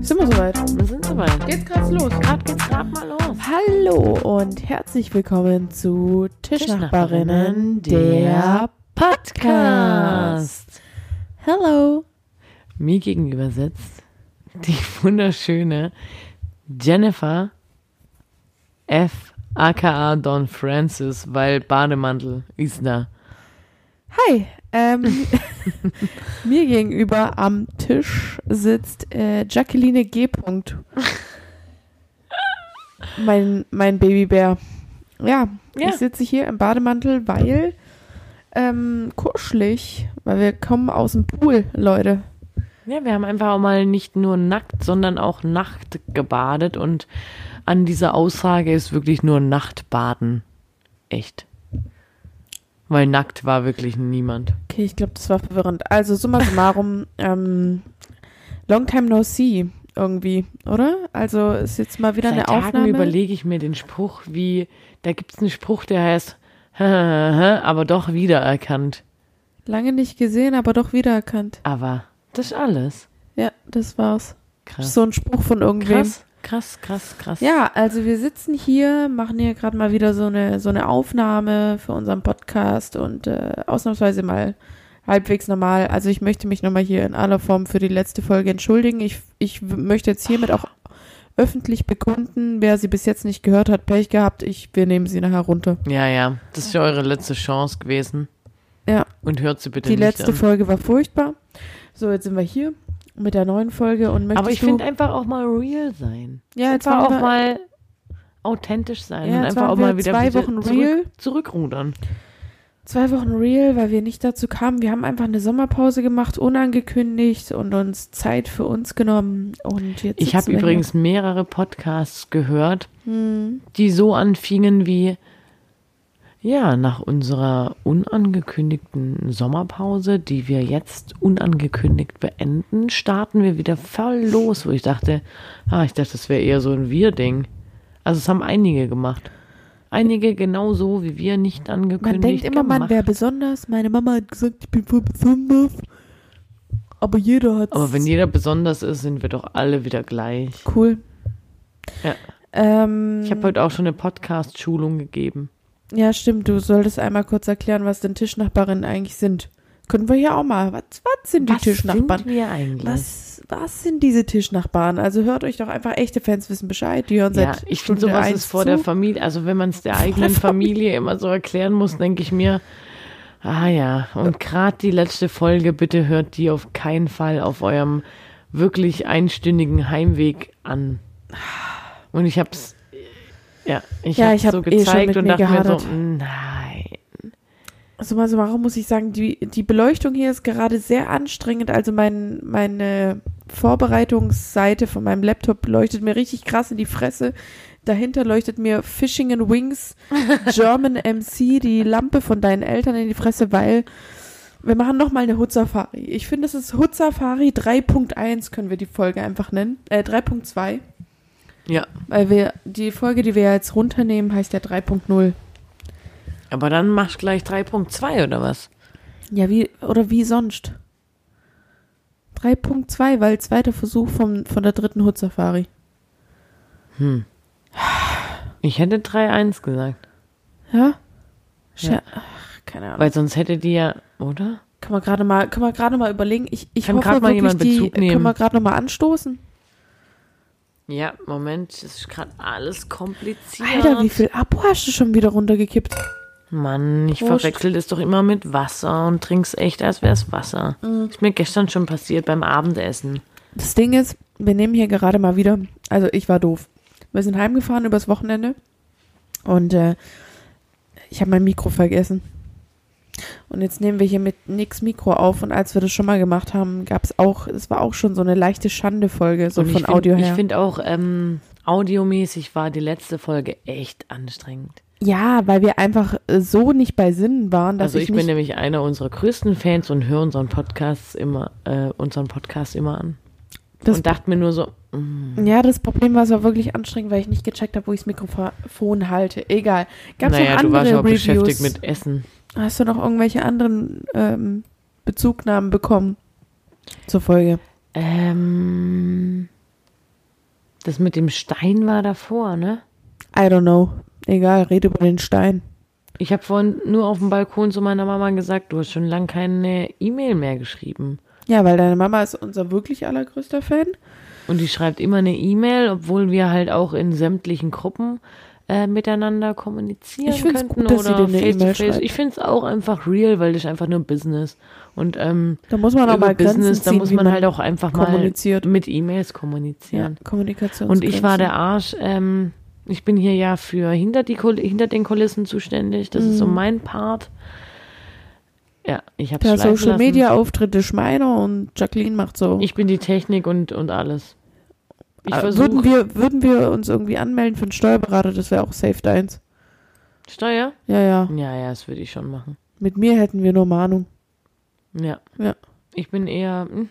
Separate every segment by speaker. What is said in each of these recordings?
Speaker 1: sind wir soweit.
Speaker 2: Wir sind soweit.
Speaker 1: Geht's grad los.
Speaker 2: Gerade geht's gerade mal los.
Speaker 1: Hallo und herzlich willkommen zu Tischnachbarinnen, der Podcast. Hello.
Speaker 2: Mir gegenüber sitzt die wunderschöne Jennifer F. aka Don Francis, weil Bademantel ist da.
Speaker 1: Hi. Ähm, mir gegenüber am Tisch sitzt äh, Jacqueline G. -Punkt. Mein, mein Babybär. Ja,
Speaker 2: Ja.
Speaker 1: ich sitze hier im Bademantel, weil ähm, kuschelig, weil wir kommen aus dem Pool, Leute.
Speaker 2: Ja, wir haben einfach auch mal nicht nur nackt, sondern auch Nacht gebadet und an dieser Aussage ist wirklich nur Nachtbaden. Echt. Weil nackt war wirklich niemand.
Speaker 1: Okay, ich glaube, das war verwirrend. Also summa summarum, ähm, long time no see irgendwie, oder? Also ist jetzt mal wieder
Speaker 2: Seit
Speaker 1: eine
Speaker 2: Tagen
Speaker 1: Aufnahme.
Speaker 2: überlege ich mir den Spruch, wie, da gibt's einen Spruch, der heißt, aber doch wiedererkannt.
Speaker 1: Lange nicht gesehen, aber doch wiedererkannt.
Speaker 2: Aber das ist alles.
Speaker 1: Ja, das war's.
Speaker 2: Krass.
Speaker 1: So ein Spruch von irgendwem.
Speaker 2: krass, krass, krass, krass.
Speaker 1: Ja, also wir sitzen hier, machen hier gerade mal wieder so eine so eine Aufnahme für unseren Podcast und äh, ausnahmsweise mal halbwegs normal. Also ich möchte mich nochmal hier in aller Form für die letzte Folge entschuldigen. Ich, ich w- möchte jetzt hiermit auch öffentlich bekunden, wer sie bis jetzt nicht gehört hat, Pech gehabt. Ich, wir nehmen sie nachher runter.
Speaker 2: Ja, ja. Das ist ja eure letzte Chance gewesen.
Speaker 1: Ja.
Speaker 2: Und hört sie bitte
Speaker 1: die
Speaker 2: nicht
Speaker 1: letzte
Speaker 2: an.
Speaker 1: Folge war furchtbar. So, jetzt sind wir hier mit der neuen Folge und möchtest
Speaker 2: Aber ich
Speaker 1: du-
Speaker 2: finde einfach auch mal real sein.
Speaker 1: ja, jetzt
Speaker 2: Einfach
Speaker 1: waren
Speaker 2: auch
Speaker 1: wir,
Speaker 2: mal authentisch sein
Speaker 1: Ja,
Speaker 2: und
Speaker 1: jetzt
Speaker 2: einfach
Speaker 1: waren
Speaker 2: auch
Speaker 1: wir
Speaker 2: mal wieder
Speaker 1: zwei
Speaker 2: bitte
Speaker 1: Wochen
Speaker 2: zurück,
Speaker 1: real.
Speaker 2: zurückrudern.
Speaker 1: zwei Wochen real, weil wir nicht dazu kamen. Wir haben einfach eine Sommerpause gemacht, unangekündigt und uns Zeit für uns genommen. Und jetzt
Speaker 2: Ich habe
Speaker 1: sitzen wir
Speaker 2: übrigens mehrere Podcasts gehört,
Speaker 1: hier. Hm.
Speaker 2: die so anfingen wie, ja, nach unserer unangekündigten Sommerpause, die wir jetzt unangekündigt beenden, starten wir wieder voll los, wo ich dachte, ah, ich dachte, das wäre eher so ein Wir-Ding. Also es haben einige gemacht. Einige genauso wie wir nicht angekündigt.
Speaker 1: Man denkt immer, man
Speaker 2: gemacht.
Speaker 1: wäre besonders. Meine Mama hat gesagt, ich bin voll besonders. Aber jeder hat
Speaker 2: Aber wenn jeder besonders ist, sind wir doch alle wieder gleich.
Speaker 1: Cool.
Speaker 2: Ja.
Speaker 1: Ähm,
Speaker 2: Ich habe heute auch schon eine Podcast-Schulung gegeben.
Speaker 1: ja, stimmt. Du solltest einmal kurz erklären, was denn Tischnachbarinnen eigentlich sind. Können wir hier auch mal. Was, was sind die
Speaker 2: Was
Speaker 1: Tischnachbarn?
Speaker 2: sind wir eigentlich?
Speaker 1: Was, was sind diese Tischnachbarn? Also hört euch doch einfach, echte Fans wissen Bescheid. Die hören
Speaker 2: Ja,
Speaker 1: seit
Speaker 2: ich
Speaker 1: Stunde
Speaker 2: finde sowas
Speaker 1: eins
Speaker 2: ist vor
Speaker 1: zu.
Speaker 2: der Familie, also wenn man es der eigenen Familie. immer so erklären muss, denke ich mir, ah ja, und gerade die letzte Folge, bitte hört die auf keinen Fall auf eurem wirklich einstündigen Heimweg an. Und ich hab's, ja, ich
Speaker 1: Ja,
Speaker 2: hab's
Speaker 1: ich hab
Speaker 2: so
Speaker 1: eh schon
Speaker 2: gezeigt
Speaker 1: mit
Speaker 2: und
Speaker 1: mir
Speaker 2: dachte mir so,
Speaker 1: gehadert.
Speaker 2: nein.
Speaker 1: Summa summarum muss ich sagen, die, die Beleuchtung hier ist gerade sehr anstrengend. Also mein, meine Vorbereitungsseite von meinem Laptop leuchtet mir richtig krass in die Fresse. Dahinter leuchtet mir Fishing and Wings German MC die Lampe von deinen Eltern in die Fresse, weil wir machen nochmal eine Hutzafari. Ich finde, es ist Hutzafari 3.1 können wir die Folge einfach nennen. Äh, 3.2.
Speaker 2: Ja,
Speaker 1: Weil wir, die Folge, die wir jetzt runternehmen, heißt ja 3.0.
Speaker 2: aber dann machst gleich 3.2 oder was?
Speaker 1: Ja, wie, oder wie sonst? 3.2, weil zweiter Versuch vom, von der dritten Hut-Safari.
Speaker 2: Ich hätte 3.1 gesagt,
Speaker 1: Ja? Scher
Speaker 2: Ja.
Speaker 1: Ach, keine Ahnung.
Speaker 2: weil sonst hätte die ja, oder?
Speaker 1: Kann man gerade mal, kann man gerade mal überlegen. Ich, ich
Speaker 2: Kann
Speaker 1: hoffe
Speaker 2: grad mal
Speaker 1: wirklich,
Speaker 2: jemand
Speaker 1: die
Speaker 2: Bezug nehmen.
Speaker 1: können wir gerade noch mal anstoßen.
Speaker 2: Ja, Moment, es ist gerade alles kompliziert.
Speaker 1: Alter, wie viel Abo hast du schon wieder runtergekippt?
Speaker 2: Mann, ich
Speaker 1: Prost.
Speaker 2: verwechsel das doch immer mit Wasser und trink's echt, als wär's Wasser.
Speaker 1: Mhm.
Speaker 2: Ist mir gestern schon passiert beim Abendessen.
Speaker 1: Das Ding ist, wir nehmen hier gerade mal wieder, also ich war doof. Wir sind heimgefahren übers Wochenende und äh, ich habe mein Mikro vergessen. Und jetzt nehmen wir hier mit nix Mikro auf und als wir das schon mal gemacht haben, gab es auch, es war auch schon so eine leichte Schande-Folge, so
Speaker 2: Und ich
Speaker 1: von
Speaker 2: find-
Speaker 1: Audio
Speaker 2: Ich
Speaker 1: her.
Speaker 2: finde auch, ähm, audiomäßig war die letzte Folge echt anstrengend.
Speaker 1: ja, weil wir einfach äh, so nicht bei Sinnen waren, dass
Speaker 2: also ich,
Speaker 1: nicht,
Speaker 2: bin nämlich einer unserer größten Fans und höre unseren Podcast immer, äh, unseren Podcast immer an.
Speaker 1: das,
Speaker 2: und dachte mir nur so, mm,
Speaker 1: ja, das Problem war, es war wirklich anstrengend, weil ich nicht gecheckt habe, wo ich das Mikrofon halte. Egal. Gab es noch
Speaker 2: naja, du
Speaker 1: andere
Speaker 2: warst ja auch
Speaker 1: Reviews?
Speaker 2: beschäftigt mit Essen.
Speaker 1: Hast du noch irgendwelche anderen ähm, Bezugnahmen bekommen zur Folge?
Speaker 2: Ähm, Das mit dem Stein war davor, ne?
Speaker 1: I don't know. Egal, rede über den Stein.
Speaker 2: Ich habe vorhin nur auf dem Balkon zu meiner Mama gesagt, du hast schon lange keine E-Mail mehr geschrieben.
Speaker 1: Ja, weil deine Mama ist unser wirklich allergrößter Fan.
Speaker 2: Und die schreibt immer eine E-Mail, obwohl wir halt auch in sämtlichen Gruppen äh, miteinander kommunizieren
Speaker 1: Ich find's
Speaker 2: könnten
Speaker 1: gut, dass sie
Speaker 2: oder
Speaker 1: dir eine E-Mail
Speaker 2: face-to-face.
Speaker 1: schreibt.
Speaker 2: Ich finde es auch einfach real, weil das ist einfach nur Business. Und ähm,
Speaker 1: Da muss man auch
Speaker 2: über
Speaker 1: mal Grenzen
Speaker 2: Business, da
Speaker 1: ziehen,
Speaker 2: muss
Speaker 1: wie
Speaker 2: man,
Speaker 1: man
Speaker 2: halt auch einfach mal
Speaker 1: kommuniziert.
Speaker 2: mit E-Mails
Speaker 1: Ja,
Speaker 2: kommunizieren.
Speaker 1: Kommunikation.
Speaker 2: Und ich war der Arsch. Ähm, ich bin hier ja für hinter, die Kul hinter den Kulissen zuständig. Das ist so mein Part. Ja, ich habe
Speaker 1: Mhm. Der Social Media Auftritte Schmeiner und Jacqueline macht so.
Speaker 2: Ich bin die Technik und, und alles. Ich
Speaker 1: Äh,
Speaker 2: versuche
Speaker 1: würden, wir, würden wir uns irgendwie anmelden für einen Steuerberater, das wäre auch safe deins.
Speaker 2: Steuer.
Speaker 1: Ja, ja.
Speaker 2: Ja, ja, das würde ich schon machen.
Speaker 1: Mit mir hätten wir nur Mahnung.
Speaker 2: Ja.
Speaker 1: Ja.
Speaker 2: Ich bin eher. Mhm.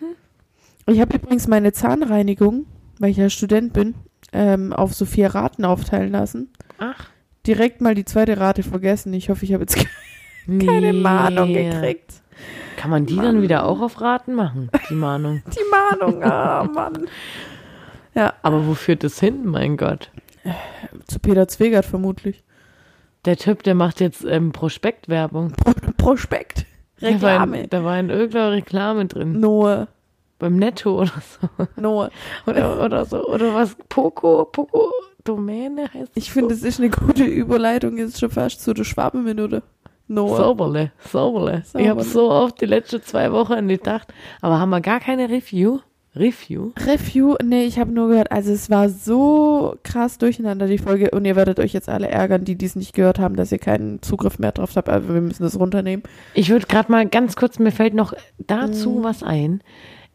Speaker 1: Ich habe übrigens meine Zahnreinigung, weil ich ja Student bin, ähm, auf so vier Raten aufteilen lassen.
Speaker 2: Ach.
Speaker 1: Direkt mal die zweite Rate vergessen. Ich hoffe, ich habe jetzt keine
Speaker 2: nee.
Speaker 1: Mahnung gekriegt.
Speaker 2: Kann man die dann wieder auch auf Raten machen, die Mahnung?
Speaker 1: Die Mahnung, ah Mann. Ja,
Speaker 2: Aber wo führt das hin, mein Gott?
Speaker 1: zu Peter Zwegert vermutlich.
Speaker 2: Der Typ, der macht jetzt ähm, Prospektwerbung.
Speaker 1: Pro Prospekt.
Speaker 2: Da war in-
Speaker 1: Reklame.
Speaker 2: Da war in irgendeiner Reklame drin.
Speaker 1: Noe.
Speaker 2: Beim Netto oder so.
Speaker 1: Noe.
Speaker 2: Oder, oder so. Oder was? Poco, Poco Domäne heißt
Speaker 1: Ich finde, es ist eine gute Überleitung jetzt schon fast zu der Schwabenminute. Noe.
Speaker 2: Sauberle, sauberle. Ich
Speaker 1: Sauberle.
Speaker 2: habe so oft die letzten zwei Wochen an die gedacht. Aber haben wir gar keine Review? Review?
Speaker 1: Review, nee, ich habe nur gehört, also es war so krass durcheinander, die Folge, und ihr werdet euch jetzt alle ärgern, die dies nicht gehört haben, dass ihr keinen Zugriff mehr drauf habt, aber wir müssen das runternehmen.
Speaker 2: Ich würde gerade mal ganz kurz, mir fällt noch
Speaker 1: Mhm.
Speaker 2: dazu was ein.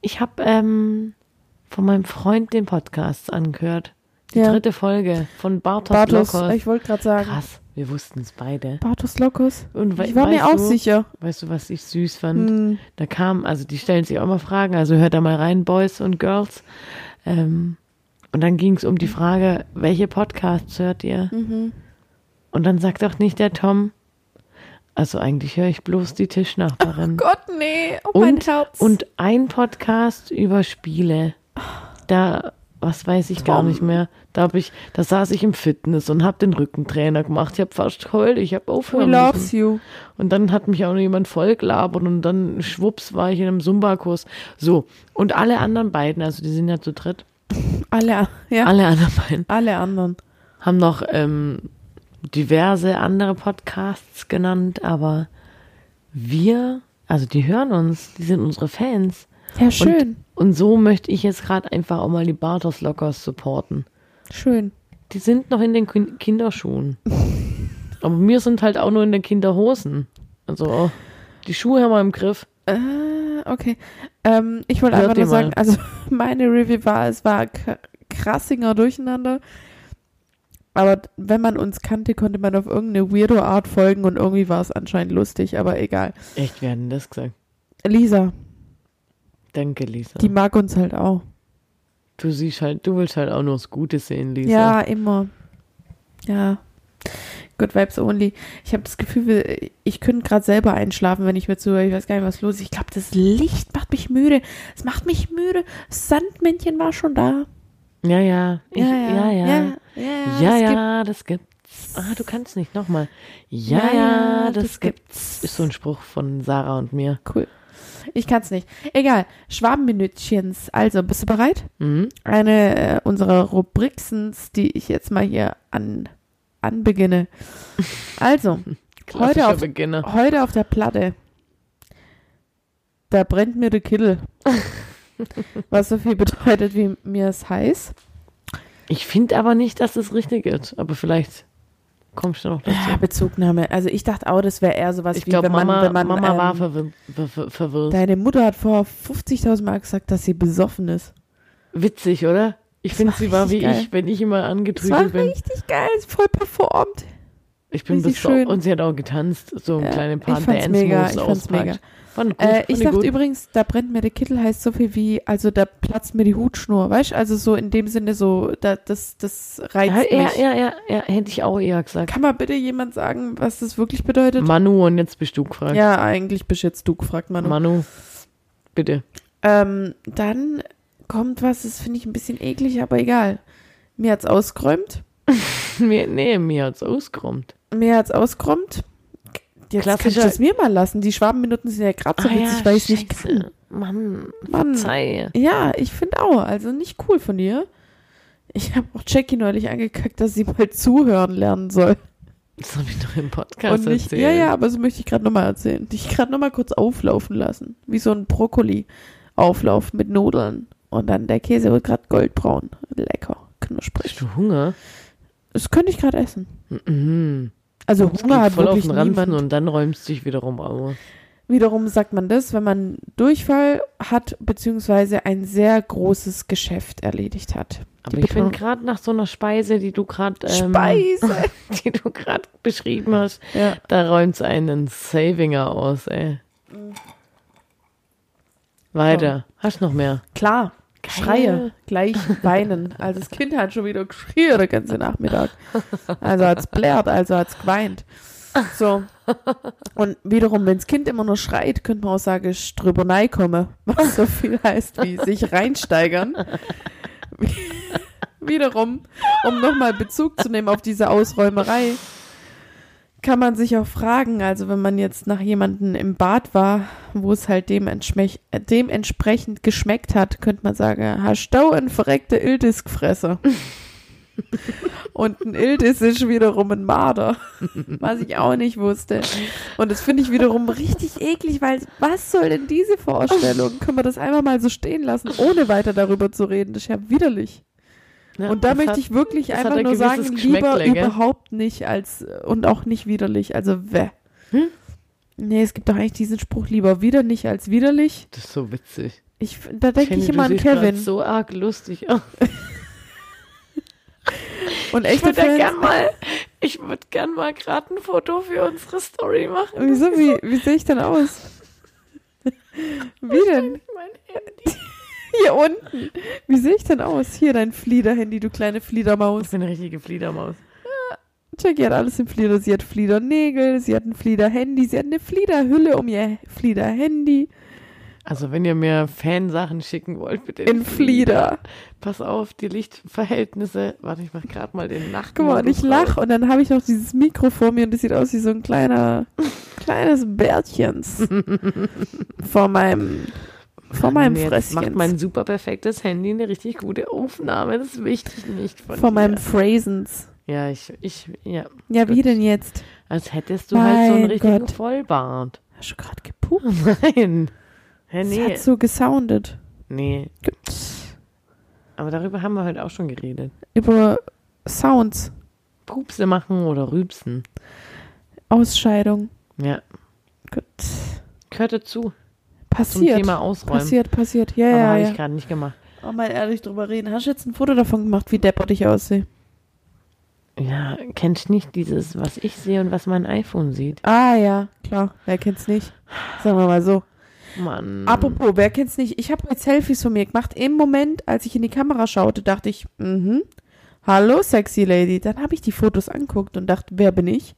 Speaker 2: Ich habe ähm, von meinem Freund den Podcast angehört. Die
Speaker 1: Ja.
Speaker 2: dritte Folge von Bartos,
Speaker 1: Bartos,
Speaker 2: Lockers.
Speaker 1: ich wollte gerade sagen,
Speaker 2: Krass, wir wussten es beide.
Speaker 1: Bartos Lokus,
Speaker 2: Und we-
Speaker 1: ich war mir
Speaker 2: weißt
Speaker 1: auch
Speaker 2: du-
Speaker 1: sicher. Hm.
Speaker 2: Weißt du, was ich süß fand? Da kam, also die stellen sich auch mal Fragen, also hört da mal rein, Boys und Girls. Ähm, und dann ging es um die Frage, welche Podcasts hört ihr?
Speaker 1: Mhm.
Speaker 2: Und dann sagt auch nicht der Tom, also eigentlich höre ich bloß die Tischnachbarin.
Speaker 1: Gott, nee, oh mein
Speaker 2: und,
Speaker 1: Herz.
Speaker 2: und ein Podcast über Spiele. Da, was weiß ich gar
Speaker 1: Tom.
Speaker 2: nicht mehr. Da hab ich, da saß ich im Fitness und habe den Rückentrainer gemacht. Ich habe fast geheult, ich habe
Speaker 1: we
Speaker 2: aufhören müssen.
Speaker 1: loves you.
Speaker 2: Und dann hat mich auch noch jemand vollgelabert und dann schwupps war ich in einem Zumba-Kurs. So. Und alle anderen beiden, also die sind ja zu dritt,
Speaker 1: Alle, ja, alle,
Speaker 2: alle anderen beiden
Speaker 1: anderen.
Speaker 2: haben noch ähm, diverse andere Podcasts genannt, aber wir, also die hören uns, die sind unsere Fans.
Speaker 1: Ja, schön,
Speaker 2: Und, und so möchte ich jetzt gerade einfach auch mal die Bartos Lockers supporten.
Speaker 1: schön.
Speaker 2: Die sind noch in den Kin- Kinderschuhen. Aber wir sind halt auch nur in den Kinderhosen. Also die Schuhe haben wir im Griff.
Speaker 1: Äh, okay. Ähm, ich wollte
Speaker 2: Hört
Speaker 1: einfach
Speaker 2: ihr
Speaker 1: nur sagen,
Speaker 2: mal.
Speaker 1: also meine Review war, es war k- krassinger Durcheinander. Aber wenn man uns kannte, konnte man auf irgendeine weirdo Art folgen und irgendwie war es anscheinend lustig, aber egal.
Speaker 2: Echt, wir hatten das gesagt.
Speaker 1: Lisa,
Speaker 2: Danke, Lisa.
Speaker 1: die mag uns halt auch.
Speaker 2: du siehst halt, du willst halt auch nur das Gute sehen, Lisa.
Speaker 1: Ja, immer. Ja. Good Vibes Only. Ich habe das Gefühl, wir- ich könnte gerade selber einschlafen, wenn ich mir zuhöre. Ich weiß gar nicht, was los ist. Ich glaube, das Licht macht mich müde. Es macht mich müde. Das Sandmännchen war schon da.
Speaker 2: ja, ja. Ich, ja, ja.
Speaker 1: ja,
Speaker 2: Ja, ja,
Speaker 1: es
Speaker 2: das gibt's. Ah, du kannst nicht, nochmal.
Speaker 1: Ja,
Speaker 2: Ja, ja,
Speaker 1: ja,
Speaker 2: das,
Speaker 1: das
Speaker 2: gibt's. Ist so ein Spruch von Sarah und mir.
Speaker 1: gibt- Cool. Ich kann's nicht. Egal. Schwabenminütchens. Also, bist du bereit?
Speaker 2: Mhm.
Speaker 1: Eine äh, unserer Rubriksens, die ich jetzt mal hier an, anbeginne. Also,
Speaker 2: Klassischer
Speaker 1: auf-
Speaker 2: Beginner.
Speaker 1: heute auf der Platte. Da brennt mir der Kittel. Was so viel bedeutet, wie mir es heiß.
Speaker 2: Ich finde aber nicht, dass es richtig ist. Aber vielleicht kommst du noch dazu.
Speaker 1: Ja, Bezugnahme. Also ich dachte auch, das wäre eher sowas
Speaker 2: ich
Speaker 1: wie,
Speaker 2: glaube,
Speaker 1: wenn man,
Speaker 2: Mama,
Speaker 1: wenn man
Speaker 2: Mama
Speaker 1: ähm,
Speaker 2: war verwir ver ver verwirrt.
Speaker 1: Deine Mutter hat vor 50.000 Mal gesagt, dass sie besoffen ist.
Speaker 2: Witzig, oder? Ich finde,
Speaker 1: war
Speaker 2: sie war wie
Speaker 1: richtig geil.
Speaker 2: ich, wenn ich immer
Speaker 1: Das war
Speaker 2: angetrübelt bin.
Speaker 1: richtig geil, ist voll performt.
Speaker 2: Ich bin
Speaker 1: Richtig
Speaker 2: bis
Speaker 1: schön.
Speaker 2: und sie hat auch getanzt, so ein
Speaker 1: Ja,
Speaker 2: kleiner
Speaker 1: ich
Speaker 2: paar
Speaker 1: fand's
Speaker 2: Dance
Speaker 1: mega,
Speaker 2: Moves
Speaker 1: ich fand's
Speaker 2: auspackt.
Speaker 1: mega.
Speaker 2: Fand gut,
Speaker 1: Äh,
Speaker 2: fand
Speaker 1: ich dachte
Speaker 2: gut.
Speaker 1: übrigens, da brennt mir der Kittel, heißt so viel wie, also da platzt mir die Hutschnur, weißt du? Also so in dem Sinne so, da, das, das reizt
Speaker 2: ja, ja,
Speaker 1: mich.
Speaker 2: ja, ja, ja, hätte ich auch eher gesagt.
Speaker 1: Kann mal bitte jemand sagen, was das wirklich bedeutet?
Speaker 2: Manu und jetzt bist du gefragt.
Speaker 1: ja, eigentlich beschätzt du, fragt man.
Speaker 2: Manu, bitte.
Speaker 1: Ähm, dann kommt was, das finde ich ein bisschen eklig, aber egal. Mir hat's ausgeräumt.
Speaker 2: Mir, nee, mir hat's ausgeräumt.
Speaker 1: Mir hat's ausgeräumt. Jetzt kann ich
Speaker 2: Klassischer- Ah
Speaker 1: das mir mal lassen. Die Schwabenminuten sind ja gerade so witzig, weil ich nicht
Speaker 2: scheiße.
Speaker 1: kann. Hm.
Speaker 2: Mann,
Speaker 1: Mann.
Speaker 2: verzeih.
Speaker 1: Ja, ich finde auch. Also nicht cool von dir. Ich habe auch Jackie neulich angekackt, dass sie mal zuhören lernen soll.
Speaker 2: Das habe ich doch im Podcast
Speaker 1: und nicht,
Speaker 2: erzählt.
Speaker 1: ja, ja, aber das möchte ich gerade nochmal erzählen. Dich gerade nochmal kurz auflaufen lassen. Wie so ein Brokkoli-Auflauf mit Nudeln. Und dann der Käse wird gerade goldbraun. Lecker,
Speaker 2: Hast
Speaker 1: knusprig.
Speaker 2: du Hunger?
Speaker 1: Das könnte ich gerade essen.
Speaker 2: Mhm.
Speaker 1: Also
Speaker 2: Das
Speaker 1: Hunger
Speaker 2: geht
Speaker 1: hat
Speaker 2: voll auf
Speaker 1: wirklich
Speaker 2: den Ranzen
Speaker 1: niemand.
Speaker 2: und dann räumst du dich wiederum auf.
Speaker 1: Wiederum sagt man das, wenn man Durchfall hat, beziehungsweise ein sehr großes Geschäft erledigt hat.
Speaker 2: Aber
Speaker 1: Die
Speaker 2: ich bin
Speaker 1: Betonung-
Speaker 2: gerade nach so einer Speise, die du gerade ähm,
Speaker 1: Speise.
Speaker 2: die du gerade beschrieben hast,
Speaker 1: ja.
Speaker 2: da räumt's einen Savinger aus, ey. Weiter. Hast noch mehr?
Speaker 1: Klar,
Speaker 2: Geil.
Speaker 1: Schreie, gleich weinen. Also das Kind hat schon wieder geschrien den ganzen Nachmittag. Also hat's blärt, also hat's geweint. So. Und wiederum, wenn's Kind immer nur schreit, könnte man auch sagen, ich drüber neikomme. Was so viel heißt wie sich reinsteigern. wiederum, um nochmal Bezug zu nehmen auf diese Ausräumerei, kann man sich auch fragen, also wenn man jetzt nach jemandem im Bad war, wo es halt dementschmech- äh, dementsprechend geschmeckt hat, könnte man sagen, hast du ein verreckter Ildiskfresser. Und ein Ildisk ist wiederum ein Marder, was ich auch nicht wusste. Und das finde ich wiederum richtig eklig, weil was soll denn diese Vorstellung? Können wir das einfach mal so stehen lassen, ohne weiter darüber zu reden? Das ist ja widerlich.
Speaker 2: Ja,
Speaker 1: Und da
Speaker 2: das
Speaker 1: möchte
Speaker 2: hat-
Speaker 1: ich wirklich
Speaker 2: das hat
Speaker 1: einfach
Speaker 2: ein
Speaker 1: nur
Speaker 2: gewisses
Speaker 1: sagen, lieber
Speaker 2: Geschmäckle, gell?
Speaker 1: überhaupt nicht als und auch nicht widerlich. Also weh.
Speaker 2: Hm?
Speaker 1: Nee, es gibt doch eigentlich diesen Spruch lieber wieder nicht als widerlich.
Speaker 2: Das ist so witzig.
Speaker 1: Ich, da denke
Speaker 2: Jenny,
Speaker 1: ich immer
Speaker 2: du
Speaker 1: an
Speaker 2: siehst grad
Speaker 1: Kevin.
Speaker 2: so arg lustig aus.
Speaker 1: und
Speaker 2: Ich
Speaker 1: echte
Speaker 2: würde
Speaker 1: Fans.
Speaker 2: gern mal, ich würde gern mal gerade ein Foto für unsere Story machen.
Speaker 1: Wieso, wie, wie sehe ich denn aus? wie denn?
Speaker 2: Mein
Speaker 1: Hier unten. Wie sehe ich denn aus? Hier dein Flieder-Handy, du kleine Fliedermaus.
Speaker 2: Das ist eine richtige Fliedermaus.
Speaker 1: Jackie hat alles im Flieder. Sie hat Fliedernägel, sie hat ein Flieder-Handy, sie hat eine Fliederhülle um ihr Flieder-Handy.
Speaker 2: Also wenn ihr mir Fansachen schicken wollt, bitte
Speaker 1: In Flieder.
Speaker 2: Pass auf, die Lichtverhältnisse. Warte, ich mach gerade mal den Nacht.
Speaker 1: Guck mal, und ich lach und dann habe ich noch dieses Mikro vor mir und das sieht aus wie so ein kleiner, kleines Bärtchens vor meinem, vor meinem
Speaker 2: Jetzt macht
Speaker 1: Fresschen,
Speaker 2: mein super perfektes Handy eine richtig gute Aufnahme. Das ist wichtig nicht von
Speaker 1: vor
Speaker 2: dir.
Speaker 1: meinem Phrasens.
Speaker 2: Ja, ich, ich, ja.
Speaker 1: Ja, wie
Speaker 2: Gut.
Speaker 1: denn jetzt?
Speaker 2: Als hättest du halt so einen
Speaker 1: Mein
Speaker 2: richtigen
Speaker 1: Gott.
Speaker 2: Vollbart.
Speaker 1: Hast du gerade gepupt?
Speaker 2: Nein. Hä,
Speaker 1: Es
Speaker 2: nee.
Speaker 1: hat so gesoundet.
Speaker 2: Nee.
Speaker 1: Gibt's
Speaker 2: Aber darüber haben wir heute auch schon geredet.
Speaker 1: Über Sounds,
Speaker 2: Pupse machen oder rübsen.
Speaker 1: Ausscheidung.
Speaker 2: Ja.
Speaker 1: Gut.
Speaker 2: Gehört dazu. Zum
Speaker 1: Passiert.
Speaker 2: Thema Ausräumen.
Speaker 1: passiert, passiert. Ja,
Speaker 2: Aber
Speaker 1: ja,
Speaker 2: habe ich
Speaker 1: ja.
Speaker 2: gerade nicht gemacht.
Speaker 1: Oh, mal ehrlich drüber reden. Hast du jetzt ein Foto davon gemacht, wie deppert ich aussehe?
Speaker 2: Ja, kennst nicht dieses, was ich sehe und was mein iPhone sieht?
Speaker 1: Ah, ja, klar. Wer kennt's nicht? Sagen wir mal so.
Speaker 2: Mann.
Speaker 1: Apropos, wer kennt's nicht? Ich habe mal Selfies von mir gemacht. Im Moment, als ich in die Kamera schaute, dachte ich, mhm, hallo sexy Lady. Dann habe ich die Fotos anguckt und dachte, wer bin ich?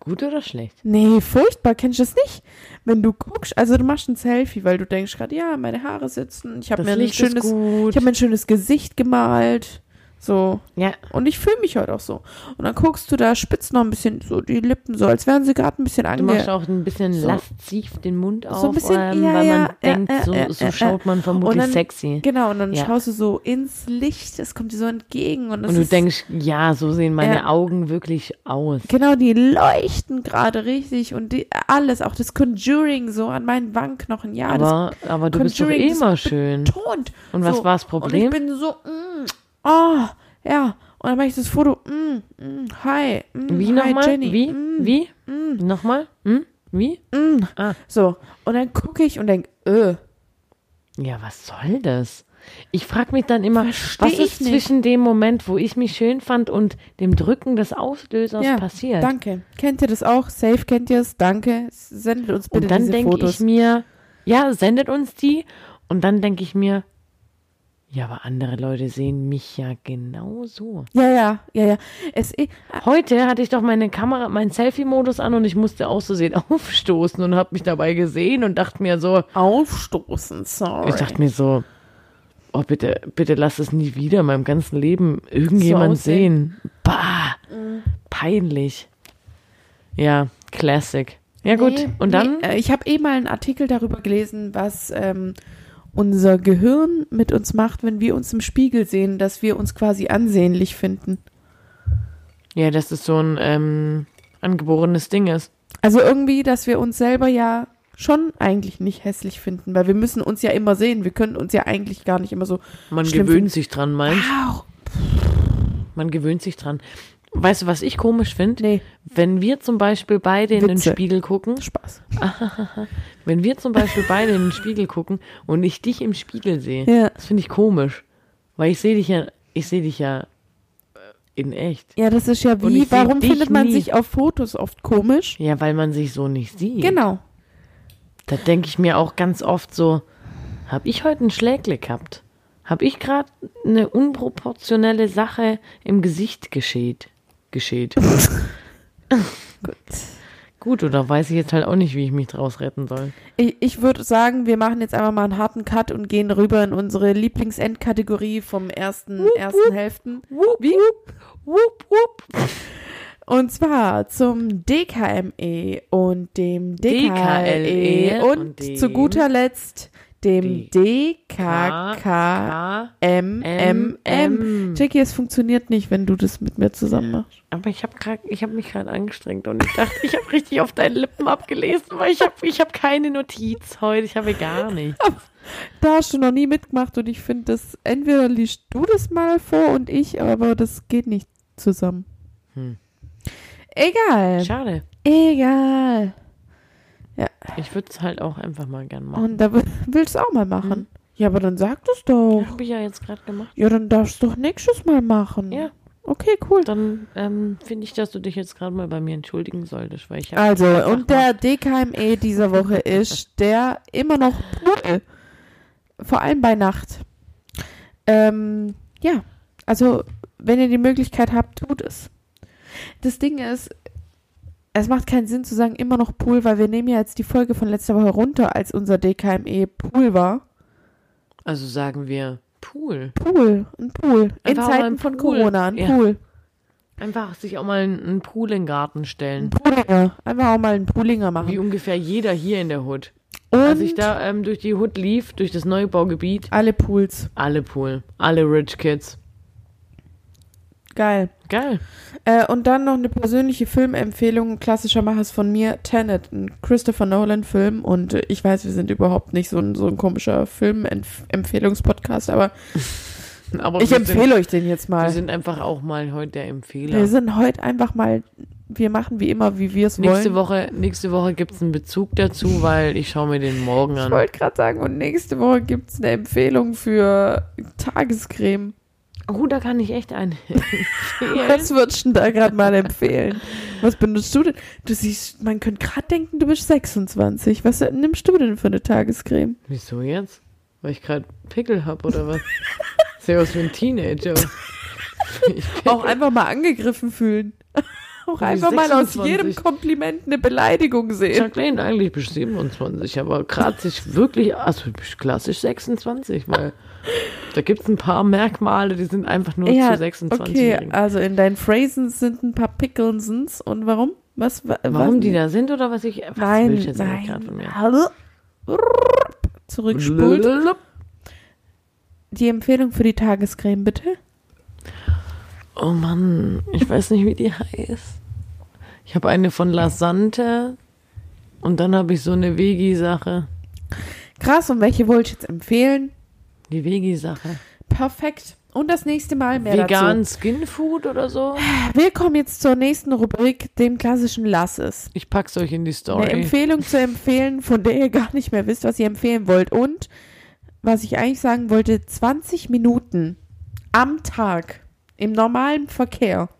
Speaker 2: Gut oder schlecht?
Speaker 1: Nee, furchtbar, kennst du das nicht? Wenn du guckst, also du machst ein Selfie, weil du denkst gerade, ja, meine Haare sitzen, ich habe
Speaker 2: Das
Speaker 1: mir ein
Speaker 2: Licht ist
Speaker 1: schönes,
Speaker 2: gut.
Speaker 1: ich habe mir ein schönes Gesicht gemalt, so
Speaker 2: ja,
Speaker 1: und ich fühle mich heute auch so. Und dann guckst du da spitz noch ein bisschen so die Lippen so, als wären sie gerade ein bisschen
Speaker 2: du machst
Speaker 1: ange
Speaker 2: auch ein bisschen
Speaker 1: So.
Speaker 2: lasziv den Mund auf,
Speaker 1: ein bisschen,
Speaker 2: ähm,
Speaker 1: ja,
Speaker 2: weil man
Speaker 1: ja, äh,
Speaker 2: denkt,
Speaker 1: äh,
Speaker 2: so,
Speaker 1: äh,
Speaker 2: so
Speaker 1: äh,
Speaker 2: schaut man vermutlich
Speaker 1: dann-
Speaker 2: sexy.
Speaker 1: Genau, und dann
Speaker 2: Ja.
Speaker 1: schaust du so ins Licht, es kommt dir so entgegen und, es
Speaker 2: Und du
Speaker 1: ist,
Speaker 2: denkst, ja, so sehen meine
Speaker 1: Ja.
Speaker 2: Augen wirklich aus.
Speaker 1: genau, die leuchten gerade richtig und die, alles, auch das Conjuring so an meinen Wangenknochen, ja,
Speaker 2: aber aber du bist doch
Speaker 1: Conjuring,
Speaker 2: eh
Speaker 1: das
Speaker 2: immer schön.
Speaker 1: das tont.
Speaker 2: Und was
Speaker 1: so.
Speaker 2: war das Problem?
Speaker 1: Und ich bin so, mm, oh, ja, und dann mache ich das Foto, mm, mm, hi, mm,
Speaker 2: Wie
Speaker 1: hi,
Speaker 2: nochmal?
Speaker 1: Jenny,
Speaker 2: Wie?
Speaker 1: mm,
Speaker 2: Wie? Nochmal? Hm? Wie?
Speaker 1: So, und dann gucke ich und denke, äh,
Speaker 2: Ja, was soll das? Ich frage mich dann immer, was
Speaker 1: ich
Speaker 2: ist
Speaker 1: nicht.
Speaker 2: zwischen dem Moment, wo ich mich schön fand und dem Drücken des Auslösers
Speaker 1: ja,
Speaker 2: passiert?
Speaker 1: danke. Kennt ihr das auch? Safe kennt ihr es? Danke. Sendet uns bitte
Speaker 2: und dann
Speaker 1: diese
Speaker 2: denke ich
Speaker 1: Fotos.
Speaker 2: mir, ja, sendet uns die. Und dann denke ich mir, ja, aber andere Leute sehen mich ja genauso.
Speaker 1: ja, ja, ja, ja. Es,
Speaker 2: Heute hatte ich doch meine Kamera, meinen Selfie-Modus an und ich musste auszusehen aufstoßen und habe mich dabei gesehen und dachte mir so,
Speaker 1: Aufstoßen, sorry.
Speaker 2: ich dachte mir so, oh bitte, bitte lass es nie wieder in meinem ganzen Leben irgendjemand
Speaker 1: So
Speaker 2: sehen.
Speaker 1: aussehen.
Speaker 2: Bah, peinlich. Ja, Classic. Ja gut,
Speaker 1: Nee,
Speaker 2: und dann?
Speaker 1: Nee, äh, ich habe eh mal einen Artikel darüber gelesen, was ähm, unser Gehirn mit uns macht, wenn wir uns im Spiegel sehen, dass wir uns quasi ansehnlich finden.
Speaker 2: Ja, dass es so ein ähm, angeborenes Ding ist.
Speaker 1: Also irgendwie, dass wir uns selber ja schon eigentlich nicht hässlich finden, weil wir müssen uns ja immer sehen. Wir können uns ja eigentlich gar nicht immer so.
Speaker 2: Man
Speaker 1: Schlimm
Speaker 2: gewöhnt sich dran, meinst
Speaker 1: Wow.
Speaker 2: Man gewöhnt sich dran. Weißt du, was ich komisch finde?
Speaker 1: Nee,
Speaker 2: Wenn wir zum Beispiel beide in den
Speaker 1: Witze.
Speaker 2: Spiegel gucken,
Speaker 1: Spaß.
Speaker 2: wenn wir zum Beispiel beide in den Spiegel gucken und ich dich im Spiegel sehe,
Speaker 1: Ja.
Speaker 2: das finde ich komisch. Weil ich sehe dich ja, ich sehe dich ja äh, in echt.
Speaker 1: Ja, das ist ja
Speaker 2: Und ich
Speaker 1: wie,
Speaker 2: seh
Speaker 1: warum
Speaker 2: dich
Speaker 1: findet man
Speaker 2: nie.
Speaker 1: sich auf Fotos oft komisch?
Speaker 2: Ja, weil man sich so nicht sieht.
Speaker 1: Genau.
Speaker 2: Da denke ich mir auch ganz oft so, habe ich heute einen Schlägle gehabt? Habe ich gerade eine unproportionelle Sache im Gesicht geschieht? Geschieht.
Speaker 1: Gut.
Speaker 2: Gut, oder weiß ich jetzt halt auch nicht, wie ich mich draus retten soll.
Speaker 1: Ich, ich würde sagen, wir machen jetzt einfach mal einen harten Cut und gehen rüber in unsere Lieblingsendkategorie vom ersten, ersten Hälften.
Speaker 2: Wup, wup, wup, wup.
Speaker 1: Und zwar zum DKME E und dem DKLE
Speaker 2: DKLE
Speaker 1: E und,
Speaker 2: E und dem
Speaker 1: zu guter Letzt dem DKKMMM.
Speaker 2: Ah,
Speaker 1: Jackie, es funktioniert nicht, wenn du das mit mir zusammen machst.
Speaker 2: aber ich habe hab mich gerade angestrengt und ich dachte, ich habe richtig auf deinen Lippen abgelesen, weil ich habe ich hab keine Notiz heute, ich habe gar nichts.
Speaker 1: Da hast du noch nie mitgemacht und ich finde, das entweder liest du das mal vor und ich, aber das geht nicht zusammen.
Speaker 2: Hm.
Speaker 1: Egal.
Speaker 2: Schade.
Speaker 1: Egal.
Speaker 2: Ich würde es halt auch einfach mal gern machen.
Speaker 1: Und da wi- willst du auch mal machen. Ja, aber dann sag das doch.
Speaker 2: Habe ich ja jetzt gerade gemacht.
Speaker 1: Ja, dann darfst du doch nächstes Mal machen.
Speaker 2: Ja.
Speaker 1: Okay, cool.
Speaker 2: Dann ähm, finde ich, dass du dich jetzt gerade mal bei mir entschuldigen solltest, weil ich hab-
Speaker 1: Also,
Speaker 2: Sag
Speaker 1: und der DKME E dieser Woche ist der immer noch Pool. Vor allem bei Nacht. Ähm, ja, also, wenn ihr die Möglichkeit habt, tut es. Das Ding ist, es macht keinen Sinn zu sagen, immer noch Pool, weil wir nehmen ja jetzt die Folge von letzter Woche runter, als unser DKME E Pool war.
Speaker 2: also sagen wir Pool.
Speaker 1: Pool, ein Pool. In
Speaker 2: Einfach mal ein
Speaker 1: Zeiten von
Speaker 2: Pool.
Speaker 1: Corona, ein
Speaker 2: Ja.
Speaker 1: Pool.
Speaker 2: Einfach sich auch mal einen, einen Pool in den Garten
Speaker 1: Ein
Speaker 2: stellen.
Speaker 1: Poolinger. Einfach auch mal einen Poolinger machen.
Speaker 2: Wie ungefähr jeder hier in der Hood.
Speaker 1: Und
Speaker 2: Als ich da ähm, durch die Hood lief, durch das Neubaugebiet,
Speaker 1: alle Pools.
Speaker 2: alle Pool, alle Rich Kids.
Speaker 1: Geil.
Speaker 2: Geil.
Speaker 1: Äh, und dann noch eine persönliche Filmempfehlung, ein klassischer Machers von mir, Tenet, ein Christopher Nolan-Film. Und äh, ich weiß, wir sind überhaupt nicht so ein, so ein komischer Filmempfehlungspodcast, aber
Speaker 2: Aber
Speaker 1: ich
Speaker 2: wir
Speaker 1: empfehle euch den jetzt
Speaker 2: Sind, wir
Speaker 1: mal.
Speaker 2: sind einfach auch mal heute der Empfehler.
Speaker 1: wir sind heute einfach mal, wir machen wie immer, wie wir es wollen.
Speaker 2: Nächste Woche, nächste Woche gibt es einen Bezug dazu, weil ich schaue mir den morgen
Speaker 1: Ich
Speaker 2: an.
Speaker 1: wollte gerade sagen, und nächste Woche gibt es eine Empfehlung für Tagescreme.
Speaker 2: Oh, da kann ich echt einen.
Speaker 1: Was würdest du denn da gerade mal empfehlen? Was benutzt du denn? Du siehst, man könnte gerade denken, du bist 26. Was nimmst du denn für eine Tagescreme?
Speaker 2: Wieso jetzt? Weil ich gerade Pickel hab oder was? Sehe aus wie ein Teenager. Ich
Speaker 1: auch einfach mal angegriffen fühlen. Auch
Speaker 2: Wie
Speaker 1: einfach mal aus
Speaker 2: 26.
Speaker 1: jedem Kompliment eine Beleidigung sehen.
Speaker 2: Jacqueline, eigentlich bist du 27, aber gerade sich wirklich, also du bist klassisch 26, weil da gibt's ein paar Merkmale, die sind einfach nur zu 26.
Speaker 1: okay,
Speaker 2: -Jährigen.
Speaker 1: also in deinen Phrasen sind ein paar Pickelsens und warum? Was? wa-
Speaker 2: Warum
Speaker 1: was?
Speaker 2: die da sind oder was ich. Was
Speaker 1: Nein,
Speaker 2: willst du jetzt eigentlich gerade von
Speaker 1: nein.
Speaker 2: mir?
Speaker 1: Hallo? Zurückspult. Die Empfehlung für die Tagescreme, bitte.
Speaker 2: Oh Mann, ich weiß nicht, wie die heißt. Ich habe eine von Lasante und dann habe ich so eine Vegi-Sache.
Speaker 1: Krass, und welche wollte ich jetzt empfehlen?
Speaker 2: Die Vegi-Sache.
Speaker 1: Perfekt. Und das nächste Mal mehr
Speaker 2: Vegan Skin Food oder so.
Speaker 1: dazu. Wir kommen jetzt zur nächsten Rubrik, dem klassischen Lass es.
Speaker 2: Ich pack's euch in die
Speaker 1: Eine
Speaker 2: Story.
Speaker 1: Empfehlung zu empfehlen, von der ihr gar nicht mehr wisst, was ihr empfehlen wollt. Und was ich eigentlich sagen wollte, 20 Minuten am Tag im normalen Verkehr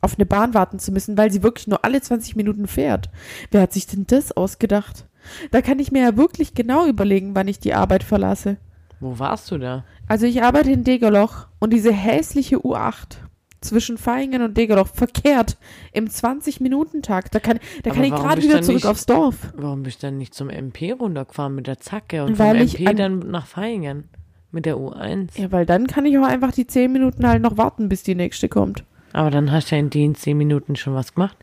Speaker 1: auf eine Bahn warten zu müssen, weil sie wirklich nur alle 20 Minuten fährt. Wer hat sich denn das ausgedacht? Da kann ich mir ja wirklich genau überlegen, wann ich die Arbeit verlasse.
Speaker 2: Wo warst du da?
Speaker 1: Also ich arbeite in Degerloch und diese hässliche U8 zwischen Feingen und Degerloch verkehrt im 20-Minuten-Tag. Da kann, da
Speaker 2: Aber
Speaker 1: kann ich
Speaker 2: warum
Speaker 1: gerade
Speaker 2: bist
Speaker 1: wieder
Speaker 2: du
Speaker 1: zurück
Speaker 2: nicht-
Speaker 1: aufs Dorf.
Speaker 2: Warum bist du dann nicht zum MP runtergefahren mit der Zacke und
Speaker 1: Weil ich
Speaker 2: vom MP
Speaker 1: an-
Speaker 2: dann nach Feingen? Mit der U1.
Speaker 1: Ja, weil dann kann ich auch einfach die zehn Minuten halt noch warten, bis die nächste kommt.
Speaker 2: Aber dann hast du ja in den zehn Minuten schon was gemacht.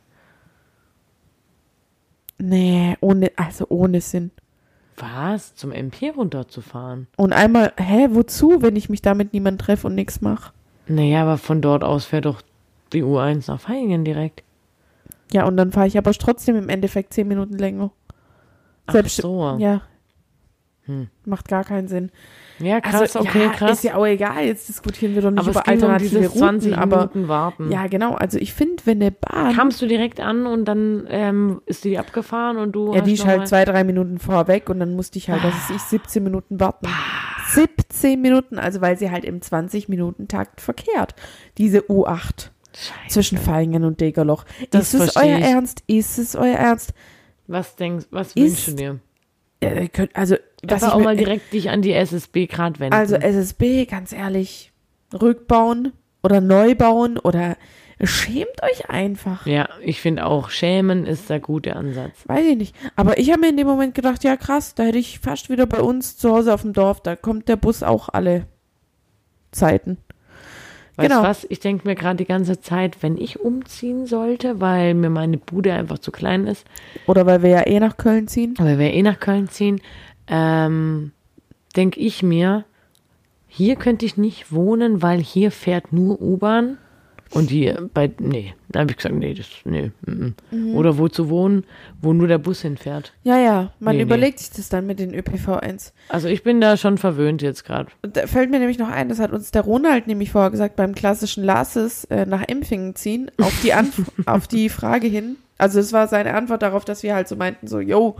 Speaker 1: Nee, ohne, also ohne Sinn.
Speaker 2: Was? Zum MP runterzufahren?
Speaker 1: Und einmal, hä, wozu, wenn ich mich damit niemand treffe und nichts mache?
Speaker 2: Naja, aber von dort aus fährt doch die U1 nach Feingen direkt.
Speaker 1: Ja, und dann fahre ich aber trotzdem im Endeffekt zehn Minuten länger.
Speaker 2: Ach
Speaker 1: Selbst-
Speaker 2: so.
Speaker 1: Ja. Macht gar keinen Sinn.
Speaker 2: Ja, krass, okay,
Speaker 1: Also, ja,
Speaker 2: krass.
Speaker 1: Ist ja auch egal, jetzt diskutieren wir doch nicht
Speaker 2: aber
Speaker 1: über
Speaker 2: es ging um
Speaker 1: alternative
Speaker 2: dieses 20
Speaker 1: Routen, aber
Speaker 2: Minuten warten.
Speaker 1: ja, genau, also ich finde, wenn eine Bahn,
Speaker 2: Kamst du direkt an und dann ähm, ist die abgefahren und du
Speaker 1: ja,
Speaker 2: hast
Speaker 1: die ist halt
Speaker 2: nochmal-
Speaker 1: zwei, drei Minuten vorweg und dann musste ich halt, was
Speaker 2: Ah.
Speaker 1: weiß ich, 17 Minuten warten. 17 Minuten, also weil sie halt im 20-Minuten-Takt verkehrt, diese U8
Speaker 2: Scheiße.
Speaker 1: zwischen Feingen und Degerloch.
Speaker 2: Das
Speaker 1: ist es
Speaker 2: versteh
Speaker 1: euer
Speaker 2: ich.
Speaker 1: Ernst? Ist es euer Ernst?
Speaker 2: Was denkst, was
Speaker 1: Ist-
Speaker 2: wünschst du dir?
Speaker 1: Äh, könnt, also, dass
Speaker 2: Dass
Speaker 1: ich
Speaker 2: auch
Speaker 1: mir-
Speaker 2: mal direkt dich an die SSB grad wenden.
Speaker 1: Also SSB, ganz ehrlich, rückbauen oder neu bauen oder schämt euch einfach.
Speaker 2: ja, ich finde auch, schämen ist der gute Ansatz.
Speaker 1: Weiß ich nicht. Aber ich habe mir in dem Moment gedacht, ja krass, da hätte ich fast wieder bei uns zu Hause auf dem Dorf, da kommt der Bus auch alle Zeiten.
Speaker 2: Weißt
Speaker 1: Genau.
Speaker 2: du was? Ich denke mir gerade die ganze Zeit, wenn ich umziehen sollte, weil mir meine Bude einfach zu klein ist,
Speaker 1: Oder weil wir ja eh nach Köln ziehen.
Speaker 2: weil wir eh nach Köln ziehen, ähm, denke ich mir, hier könnte ich nicht wohnen, weil hier fährt nur U-Bahn. Und hier bei, nee, da habe ich gesagt, nee, das, nee. Mm -mm.
Speaker 1: Mhm.
Speaker 2: Oder wo zu wohnen, wo nur der Bus hinfährt.
Speaker 1: Ja, ja, man
Speaker 2: Nee, nee.
Speaker 1: überlegt sich das dann mit den ÖPV1.
Speaker 2: Also ich bin da schon verwöhnt jetzt gerade.
Speaker 1: Und Da fällt mir nämlich noch ein, das hat uns der Ronald nämlich vorher gesagt, beim klassischen Lasses äh, nach Empfingen ziehen, auf die, Anf auf die Frage hin. Also es war seine Antwort darauf, dass wir halt so meinten, so, yo,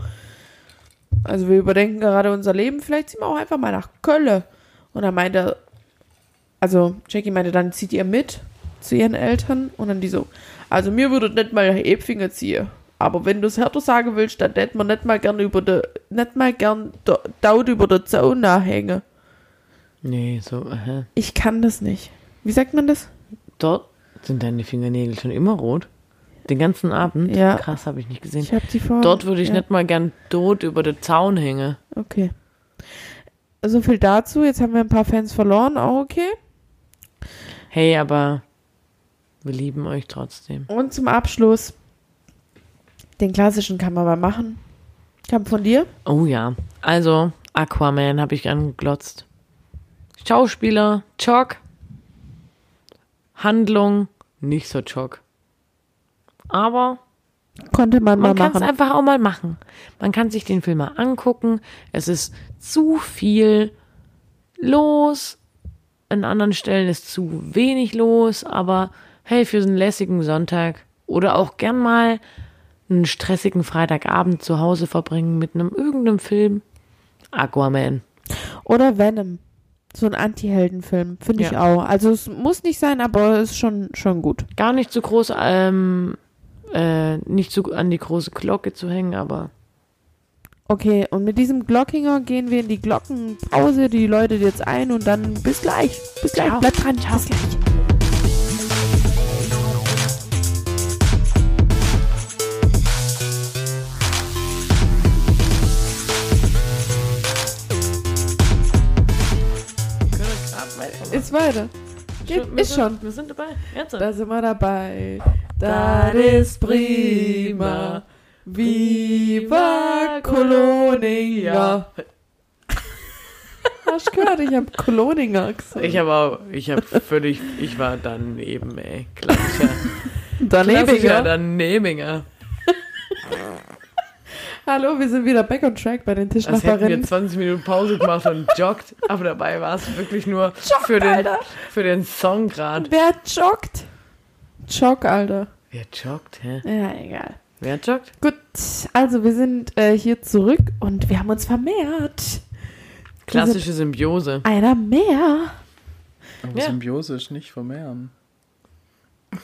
Speaker 1: also wir überdenken gerade unser Leben, vielleicht ziehen wir auch einfach mal nach Kölle. Und er meinte, also Jackie meinte, dann zieht ihr mit zu ihren Eltern und dann die so, also mir würde nicht mal nach Empfingen ziehen. Aber wenn du es härter sagen willst, dann hätten wir nicht mal gern über de, nicht mal gern do- dort über der Zone hängen.
Speaker 2: Nee, so, äh, hä?
Speaker 1: Ich kann das nicht. Wie sagt man das?
Speaker 2: Dort sind deine Fingernägel schon immer rot. Den ganzen Abend?
Speaker 1: Ja.
Speaker 2: Krass, habe ich nicht gesehen.
Speaker 1: Ich habe die vor.
Speaker 2: Dort würde ich
Speaker 1: ja,
Speaker 2: nicht mal gern tot über den Zaun hängen.
Speaker 1: Okay. So viel dazu. Jetzt haben wir ein paar Fans verloren. Auch okay.
Speaker 2: Hey, aber wir lieben euch trotzdem.
Speaker 1: Und zum Abschluss. Den klassischen kann man mal machen. Kam von dir?
Speaker 2: Oh ja. Also, Aquaman habe ich angeglotzt. Schauspieler, Chock. Handlung, nicht so Chock. Aber
Speaker 1: Konnte man,
Speaker 2: man
Speaker 1: mal
Speaker 2: kann es
Speaker 1: machen.
Speaker 2: einfach auch mal machen. Man kann sich den Film mal angucken. Es ist zu viel los. An anderen Stellen ist zu wenig los. Aber hey, für so einen lässigen Sonntag oder auch gern mal einen stressigen Freitagabend zu Hause verbringen mit einem irgendeinem Film. Aquaman.
Speaker 1: Oder Venom. So ein Anti-Helden-Film. Finde ich
Speaker 2: Ja.
Speaker 1: auch. Also es muss nicht sein, aber es ist schon, schon gut.
Speaker 2: Gar nicht zu groß, ähm, äh, nicht zu an die große Glocke zu hängen, aber
Speaker 1: Okay, und mit diesem Glockinger gehen wir in die Glockenpause. Die läutet jetzt ein und dann bis gleich. Bis gleich.
Speaker 2: Ciao.
Speaker 1: Bleibt dran. Bis gleich. Ist weiter. Geht, ist schon.
Speaker 2: Wir sind dabei. Jetzt.
Speaker 1: Da sind wir dabei.
Speaker 2: Das ist prima.
Speaker 1: Viva Koloninger. Hast du gehört? Ich habe Koloninger gesagt.
Speaker 2: Ich habe auch, ich habe völlig, ich war daneben, ey. Klassischer. Klassischer
Speaker 1: Daneben.
Speaker 2: Daneminger.
Speaker 1: Hallo, wir sind wieder back on track bei den
Speaker 2: Als hätten wir
Speaker 1: Tischnachbarinnen.
Speaker 2: 20 Minuten Pause gemacht und joggt, aber dabei war es wirklich nur
Speaker 1: Joggt,
Speaker 2: für, den,
Speaker 1: Alter.
Speaker 2: für den Song gerade.
Speaker 1: Wer joggt? Jog, Alter.
Speaker 2: Wer joggt, hä?
Speaker 1: Ja, egal.
Speaker 2: Wer joggt?
Speaker 1: Gut, also wir sind äh, hier zurück und wir haben uns vermehrt.
Speaker 2: Klassische Symbiose.
Speaker 1: Einer mehr.
Speaker 3: Aber
Speaker 2: Ja.
Speaker 3: Symbiose ist nicht vermehren.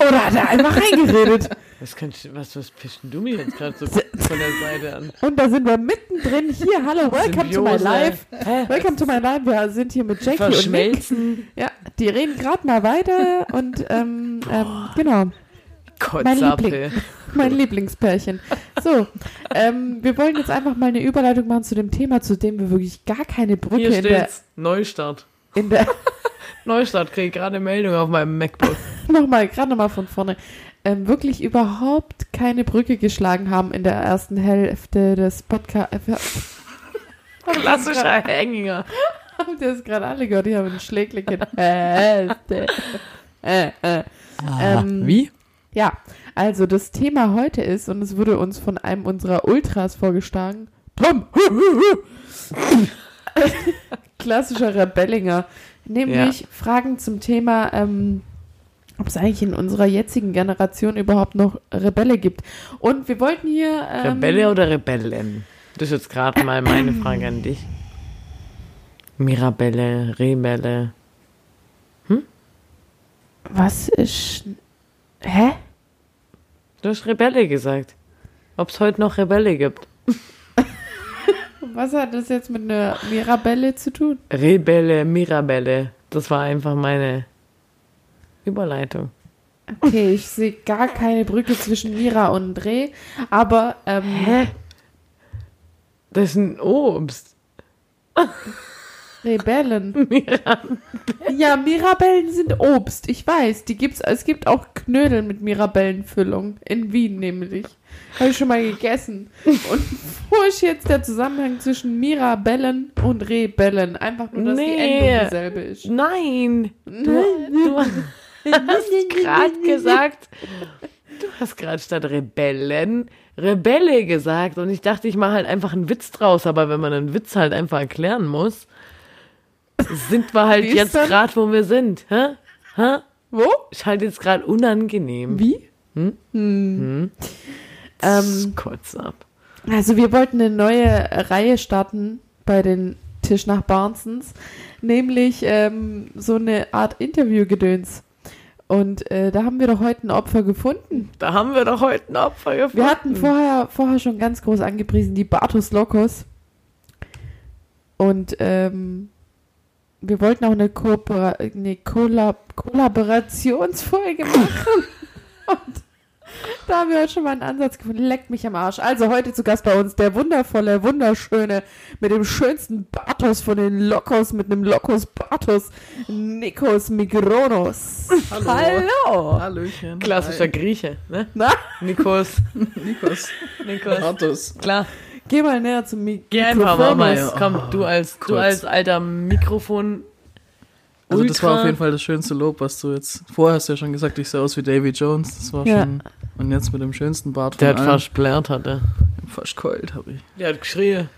Speaker 1: Oder hat er einfach reingeredet?
Speaker 2: Was, kannst, du- was, was pischen du mir jetzt gerade so von der Seite an?
Speaker 1: Und da sind wir mittendrin hier. Hallo, welcome to my
Speaker 2: Symbiose.
Speaker 1: life.
Speaker 2: Hä?
Speaker 1: Welcome to my life. Wir sind hier mit Jackie und Nick.
Speaker 2: Verschmelzen,
Speaker 1: Ja, die reden gerade mal weiter und ähm, ähm, genau,
Speaker 2: Kotzappel.
Speaker 1: mein Lieblingspärchen. So, ähm, wir wollen jetzt einfach mal eine Überleitung machen zu dem Thema, zu dem wir wirklich gar keine Brücke
Speaker 2: Hier
Speaker 1: in der
Speaker 2: steht's. Neustart.
Speaker 1: in der
Speaker 2: Neustadt kriege gerade Meldung auf meinem MacBook.
Speaker 1: nochmal, gerade nochmal von vorne, ähm, wirklich überhaupt keine Brücke geschlagen haben in der ersten Hälfte des äh, Podcasts.
Speaker 2: Klassischer Hänginger.
Speaker 1: Habt ihr das gerade alle gehört? Ich habe einen Schläglich in der Hälfte. Äh, äh. Ähm,
Speaker 2: Ah, Wie?
Speaker 1: Ja, also das Thema heute ist, und es wurde uns von einem unserer Ultras vorgeschlagen, Tom! hu, hu, hu. Klassischer Rebellinger. Nämlich Fragen zum Thema, ähm, ob es eigentlich in unserer jetzigen Generation überhaupt noch Rebelle gibt. Und wir wollten hier. Ähm,
Speaker 2: Rebelle oder Rebellen? Das ist jetzt gerade mal meine Frage an dich. Mirabelle, Rebelle.
Speaker 1: Was ist. Hä?
Speaker 2: Du hast Rebelle gesagt. Ob es heute noch Rebelle gibt?
Speaker 1: Was hat das jetzt mit einer Mirabelle zu tun?
Speaker 2: Rebelle, Mirabelle. Das war einfach meine Überleitung.
Speaker 1: Okay, ich sehe gar keine Brücke zwischen Mira und Dreh, aber. Ähm,
Speaker 2: Hä? Das ist ein Obst.
Speaker 1: Rebellen. Ja, Mirabellen sind Obst. Ich weiß, die gibt's. Es gibt auch Knödel mit Mirabellenfüllung in Wien nämlich. Habe ich schon mal gegessen. Und wo ist jetzt der Zusammenhang zwischen Mirabellen und Rebellen? Einfach nur, dass die
Speaker 2: Nee.
Speaker 1: Endung dieselbe ist.
Speaker 2: Nein! Du, du hast gerade gesagt, du hast gerade statt Rebellen Rebelle gesagt. Und ich dachte, ich mache halt einfach einen Witz draus. Aber wenn man einen Witz halt einfach erklären muss, sind wir halt
Speaker 1: Wie ist
Speaker 2: jetzt
Speaker 1: das?
Speaker 2: gerade, wo wir sind. Hä? Hä?
Speaker 1: Wo?
Speaker 2: Ist halt jetzt gerade unangenehm.
Speaker 1: Wie?
Speaker 2: Hm?
Speaker 1: Hm.
Speaker 2: Ähm, kurz ab.
Speaker 1: Also wir wollten eine neue Reihe starten bei den Tisch nach Barnsons, nämlich ähm, so eine Art Interviewgedöns. Und äh, da haben wir doch heute ein Opfer gefunden.
Speaker 2: Da haben wir doch heute ein Opfer gefunden.
Speaker 1: Wir hatten vorher, vorher schon ganz groß angepriesen die Bartos Locos. Und ähm, wir wollten auch eine, Koopera eine Kolla Kollaborationsfolge machen. Und da haben wir heute schon mal einen Ansatz gefunden. Leckt mich am Arsch. Also heute zu Gast bei uns der wundervolle, wunderschöne, mit dem schönsten Bartos von den Locos, mit einem Locos Bartos, Nikos Migronos.
Speaker 3: Hallo.
Speaker 1: Hallo.
Speaker 3: Hallöchen.
Speaker 2: Oh. Klassischer Grieche, ne?
Speaker 1: Na,
Speaker 2: Nikos,
Speaker 3: Hi. Nikos.
Speaker 2: Nikos,
Speaker 3: Bartos.
Speaker 2: klar.
Speaker 1: geh mal näher zum Mi
Speaker 2: Geh einfach mal,
Speaker 1: Mikrofon. Oh,
Speaker 2: mal. Komm, du als, du
Speaker 3: Kurz.
Speaker 2: als alter Mikrofon.
Speaker 3: Also das war
Speaker 2: Ultra.
Speaker 3: auf jeden Fall das schönste Lob, was du jetzt... Vorher hast du ja schon gesagt, ich sah aus wie Davy Jones. Das war
Speaker 1: Ja.
Speaker 3: schon... Und jetzt mit dem schönsten Bart von
Speaker 2: Der hat
Speaker 3: allen.
Speaker 2: fast blärt, hat er.
Speaker 3: Fast keult, habe ich.
Speaker 2: Der hat geschrien.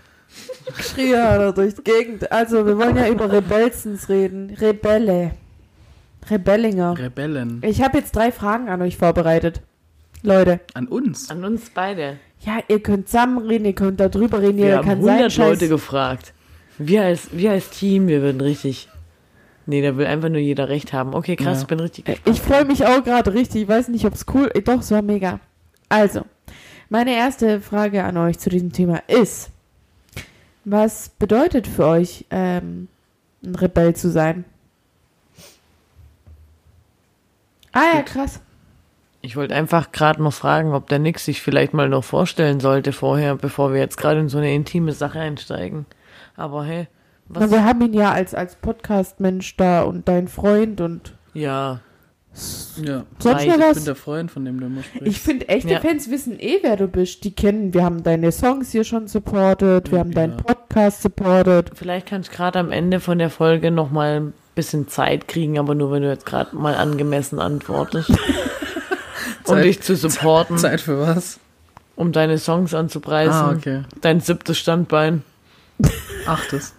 Speaker 1: Trier oder durch die Gegend. Also, wir wollen ja über Rebelsens reden. Rebelle. Rebellinger.
Speaker 3: Rebellen.
Speaker 1: Ich habe jetzt drei Fragen an euch vorbereitet. Leute,
Speaker 3: An uns.
Speaker 2: An uns beide.
Speaker 1: ja, ihr könnt zusammenreden, ihr könnt da drüber reden,
Speaker 2: Wir
Speaker 1: jeder
Speaker 2: haben
Speaker 1: kann
Speaker 2: 100
Speaker 1: sein Scheiß.
Speaker 2: Leute gefragt. Wir als, wir als Team, wir würden richtig. Nee, da will einfach nur jeder recht haben. Okay, krass,
Speaker 3: Ja.
Speaker 2: ich bin richtig.
Speaker 1: Äh, Ich freue mich auch gerade richtig. Ich weiß nicht, ob es cool äh, Doch, es war mega. Also, meine erste Frage an euch zu diesem Thema ist: Was bedeutet für euch, ähm, ein Rebell zu sein? Ah ja, krass.
Speaker 2: Ich wollte einfach gerade noch fragen, ob der Nix sich vielleicht mal noch vorstellen sollte vorher, bevor wir jetzt gerade in so eine intime Sache einsteigen. Aber hey,
Speaker 1: Na,
Speaker 2: was?
Speaker 1: wir haben ihn ja als, als Podcast-Mensch da und dein Freund und
Speaker 2: Ja,
Speaker 3: Ja.
Speaker 1: sonst
Speaker 2: Nein,
Speaker 1: noch
Speaker 2: ich
Speaker 3: Ich bin
Speaker 1: was.
Speaker 3: der Freund, von dem du immer sprichst.
Speaker 1: Ich finde, echte
Speaker 2: Ja.
Speaker 1: Fans wissen eh, wer du bist. Die kennen, wir haben deine Songs hier schon supportet, wir haben deinen
Speaker 3: Ja.
Speaker 1: Podcast supportet.
Speaker 2: vielleicht kannst du gerade am Ende von der Folge noch mal ein bisschen Zeit kriegen, aber nur wenn du jetzt gerade mal angemessen antwortest. um
Speaker 3: Zeit-
Speaker 2: dich zu supporten,
Speaker 3: Zeit für was?
Speaker 2: um deine Songs anzupreisen.
Speaker 3: Ah, okay.
Speaker 2: Dein siebtes Standbein.
Speaker 3: Achtes.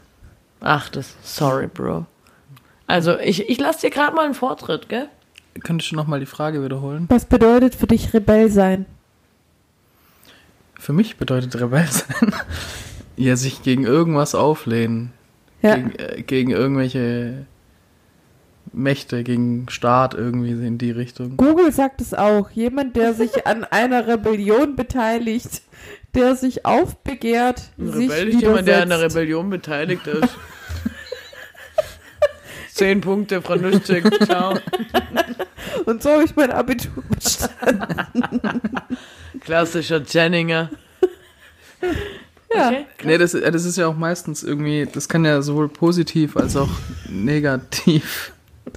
Speaker 2: Achtes. Sorry, Bro. Also, ich, ich lasse dir gerade mal einen Vortritt, gell?
Speaker 3: Könntest du nochmal die Frage wiederholen?
Speaker 1: Was bedeutet für dich Rebell sein?
Speaker 3: Für mich bedeutet Rebell sein, ja, sich gegen irgendwas auflehnen.
Speaker 1: Ja.
Speaker 3: Gegen, äh, gegen irgendwelche Mächte, gegen Staat irgendwie in die Richtung.
Speaker 1: Google sagt es auch. Jemand, der sich an einer Rebellion beteiligt, der sich aufbegehrt, sich widersetzt.
Speaker 2: Rebellion beteiligt ist. Zehn Punkte, Frau Nüschig. Ciao.
Speaker 1: Und so habe ich mein Abitur bestanden.
Speaker 2: Klassischer Jenninger.
Speaker 1: Ja.
Speaker 2: Okay.
Speaker 3: Nee, das, äh, das ist ja auch meistens irgendwie, das kann ja sowohl positiv als auch negativ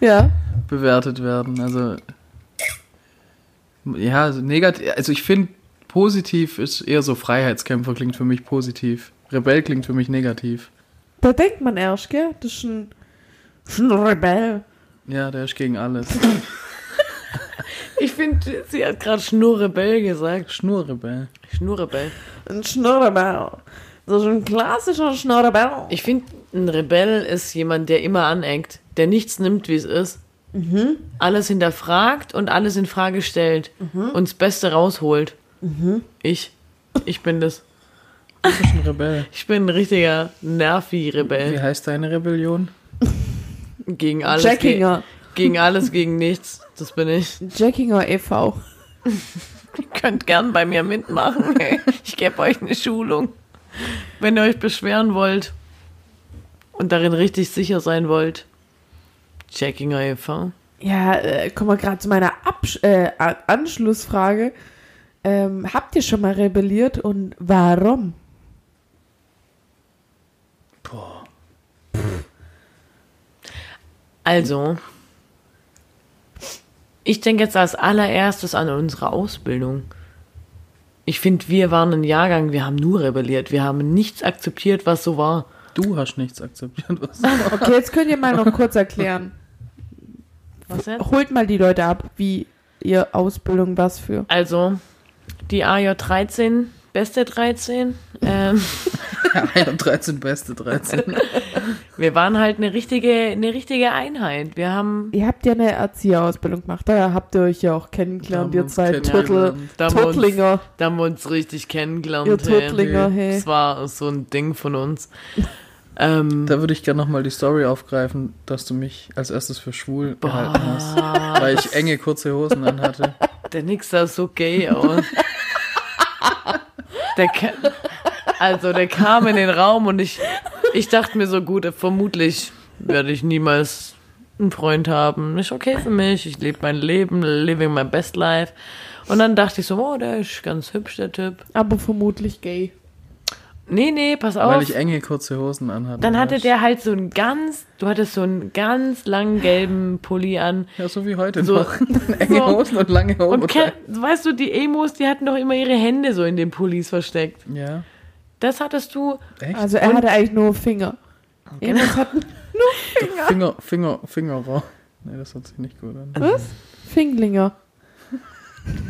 Speaker 1: Ja.
Speaker 3: bewertet werden. Also, ja, also negativ, also ich finde, positiv ist eher so Freiheitskämpfer klingt für mich positiv. Rebell klingt für mich negativ.
Speaker 1: Da denkt man erst, gell? Das ist ein, das ist ein Rebell.
Speaker 3: Ja, der ist gegen alles.
Speaker 2: Ich finde, sie hat gerade Schnurrebell gesagt.
Speaker 3: Schnurrebell.
Speaker 2: Schnurrebell.
Speaker 1: Ein Schnurrebell. Das ist ein klassischer Schnurrebell.
Speaker 2: Ich finde, ein Rebell ist jemand, der immer aneckt, der nichts nimmt, wie es ist. Mhm. Alles hinterfragt und alles in Frage stellt und das Beste rausholt. Ich. Ich bin das.
Speaker 3: Du bist ein Rebell.
Speaker 2: Ich bin ein richtiger
Speaker 3: Wie
Speaker 2: Nervi-Rebell.
Speaker 3: heißt deine Rebellion?
Speaker 2: Gegen alles. Ge
Speaker 1: Jackinger.
Speaker 2: gegen alles, gegen nichts. Das bin ich.
Speaker 1: Jackinger E e.V.
Speaker 2: Ihr könnt gern bei mir mitmachen. Ich gebe euch eine Schulung. Wenn ihr euch beschweren wollt und darin richtig sicher sein wollt, checking e.V.
Speaker 1: Ja, äh, kommen wir gerade zu meiner Absch äh, A- Anschlussfrage. Ähm, habt ihr schon mal rebelliert und warum?
Speaker 2: Also, ich denke jetzt als allererstes an unsere Ausbildung. Ich finde, wir waren ein Jahrgang, wir haben nur rebelliert. Wir haben nichts akzeptiert, was so war.
Speaker 3: Du hast nichts akzeptiert. Was?
Speaker 1: Okay, jetzt könnt ihr mal noch kurz erklären.
Speaker 2: Was jetzt?
Speaker 1: Holt mal die Leute ab, wie ihr Ausbildung was für.
Speaker 2: Also, die AJ13, beste 13, ähm,
Speaker 3: Ja, 13 beste 13.
Speaker 2: Wir waren halt eine richtige, eine richtige Einheit. Wir haben,
Speaker 1: Ihr habt ja eine Erzieherausbildung gemacht, da habt ihr euch ja auch kennengelernt,
Speaker 3: Da haben
Speaker 1: ihr
Speaker 3: wir uns
Speaker 1: zwei Turtle,
Speaker 3: kennengelernt.
Speaker 2: Da haben wir uns-
Speaker 1: Turtlinger,
Speaker 2: da haben wir uns richtig kennengelernt.
Speaker 1: ihr
Speaker 2: hey.
Speaker 1: Turtlinger, hey.
Speaker 2: Das war so ein Ding von uns. ähm,
Speaker 3: Da würde ich gerne nochmal die Story aufgreifen, dass du mich als erstes für schwul
Speaker 1: halt
Speaker 2: Ah.
Speaker 3: gehalten hast.
Speaker 2: boah,
Speaker 3: Weil ich enge kurze Hosen anhatte.
Speaker 2: der Nix sah so gay aus. der ka- also der kam in den Raum und ich, ich dachte mir so gut, vermutlich werde ich niemals einen Freund haben. Ist okay für mich. Ich lebe mein Leben, living my best life. Und dann dachte ich so, oh, der ist ganz hübsch, der Typ.
Speaker 1: aber vermutlich gay.
Speaker 2: Nee, nee, pass auf.
Speaker 3: Weil ich enge kurze Hosen anhatte.
Speaker 2: Dann hatte
Speaker 3: Ja,
Speaker 2: der halt so einen ganz, du hattest so einen ganz langen gelben Pulli an.
Speaker 3: Ja, so wie heute
Speaker 2: So-
Speaker 3: noch. enge
Speaker 2: so.
Speaker 3: Hosen und lange Hosen.
Speaker 2: Und ke- weißt du, die Emos, die hatten doch immer ihre Hände so in den Pullis versteckt.
Speaker 3: ja,
Speaker 2: Das hattest du.
Speaker 3: echt?
Speaker 1: Also er hatte eigentlich nur Finger. Genau. Hat
Speaker 3: Finger, Finger, Fingerer. Nee, das hört sich nicht gut an.
Speaker 2: Also,
Speaker 1: was? Finglinger.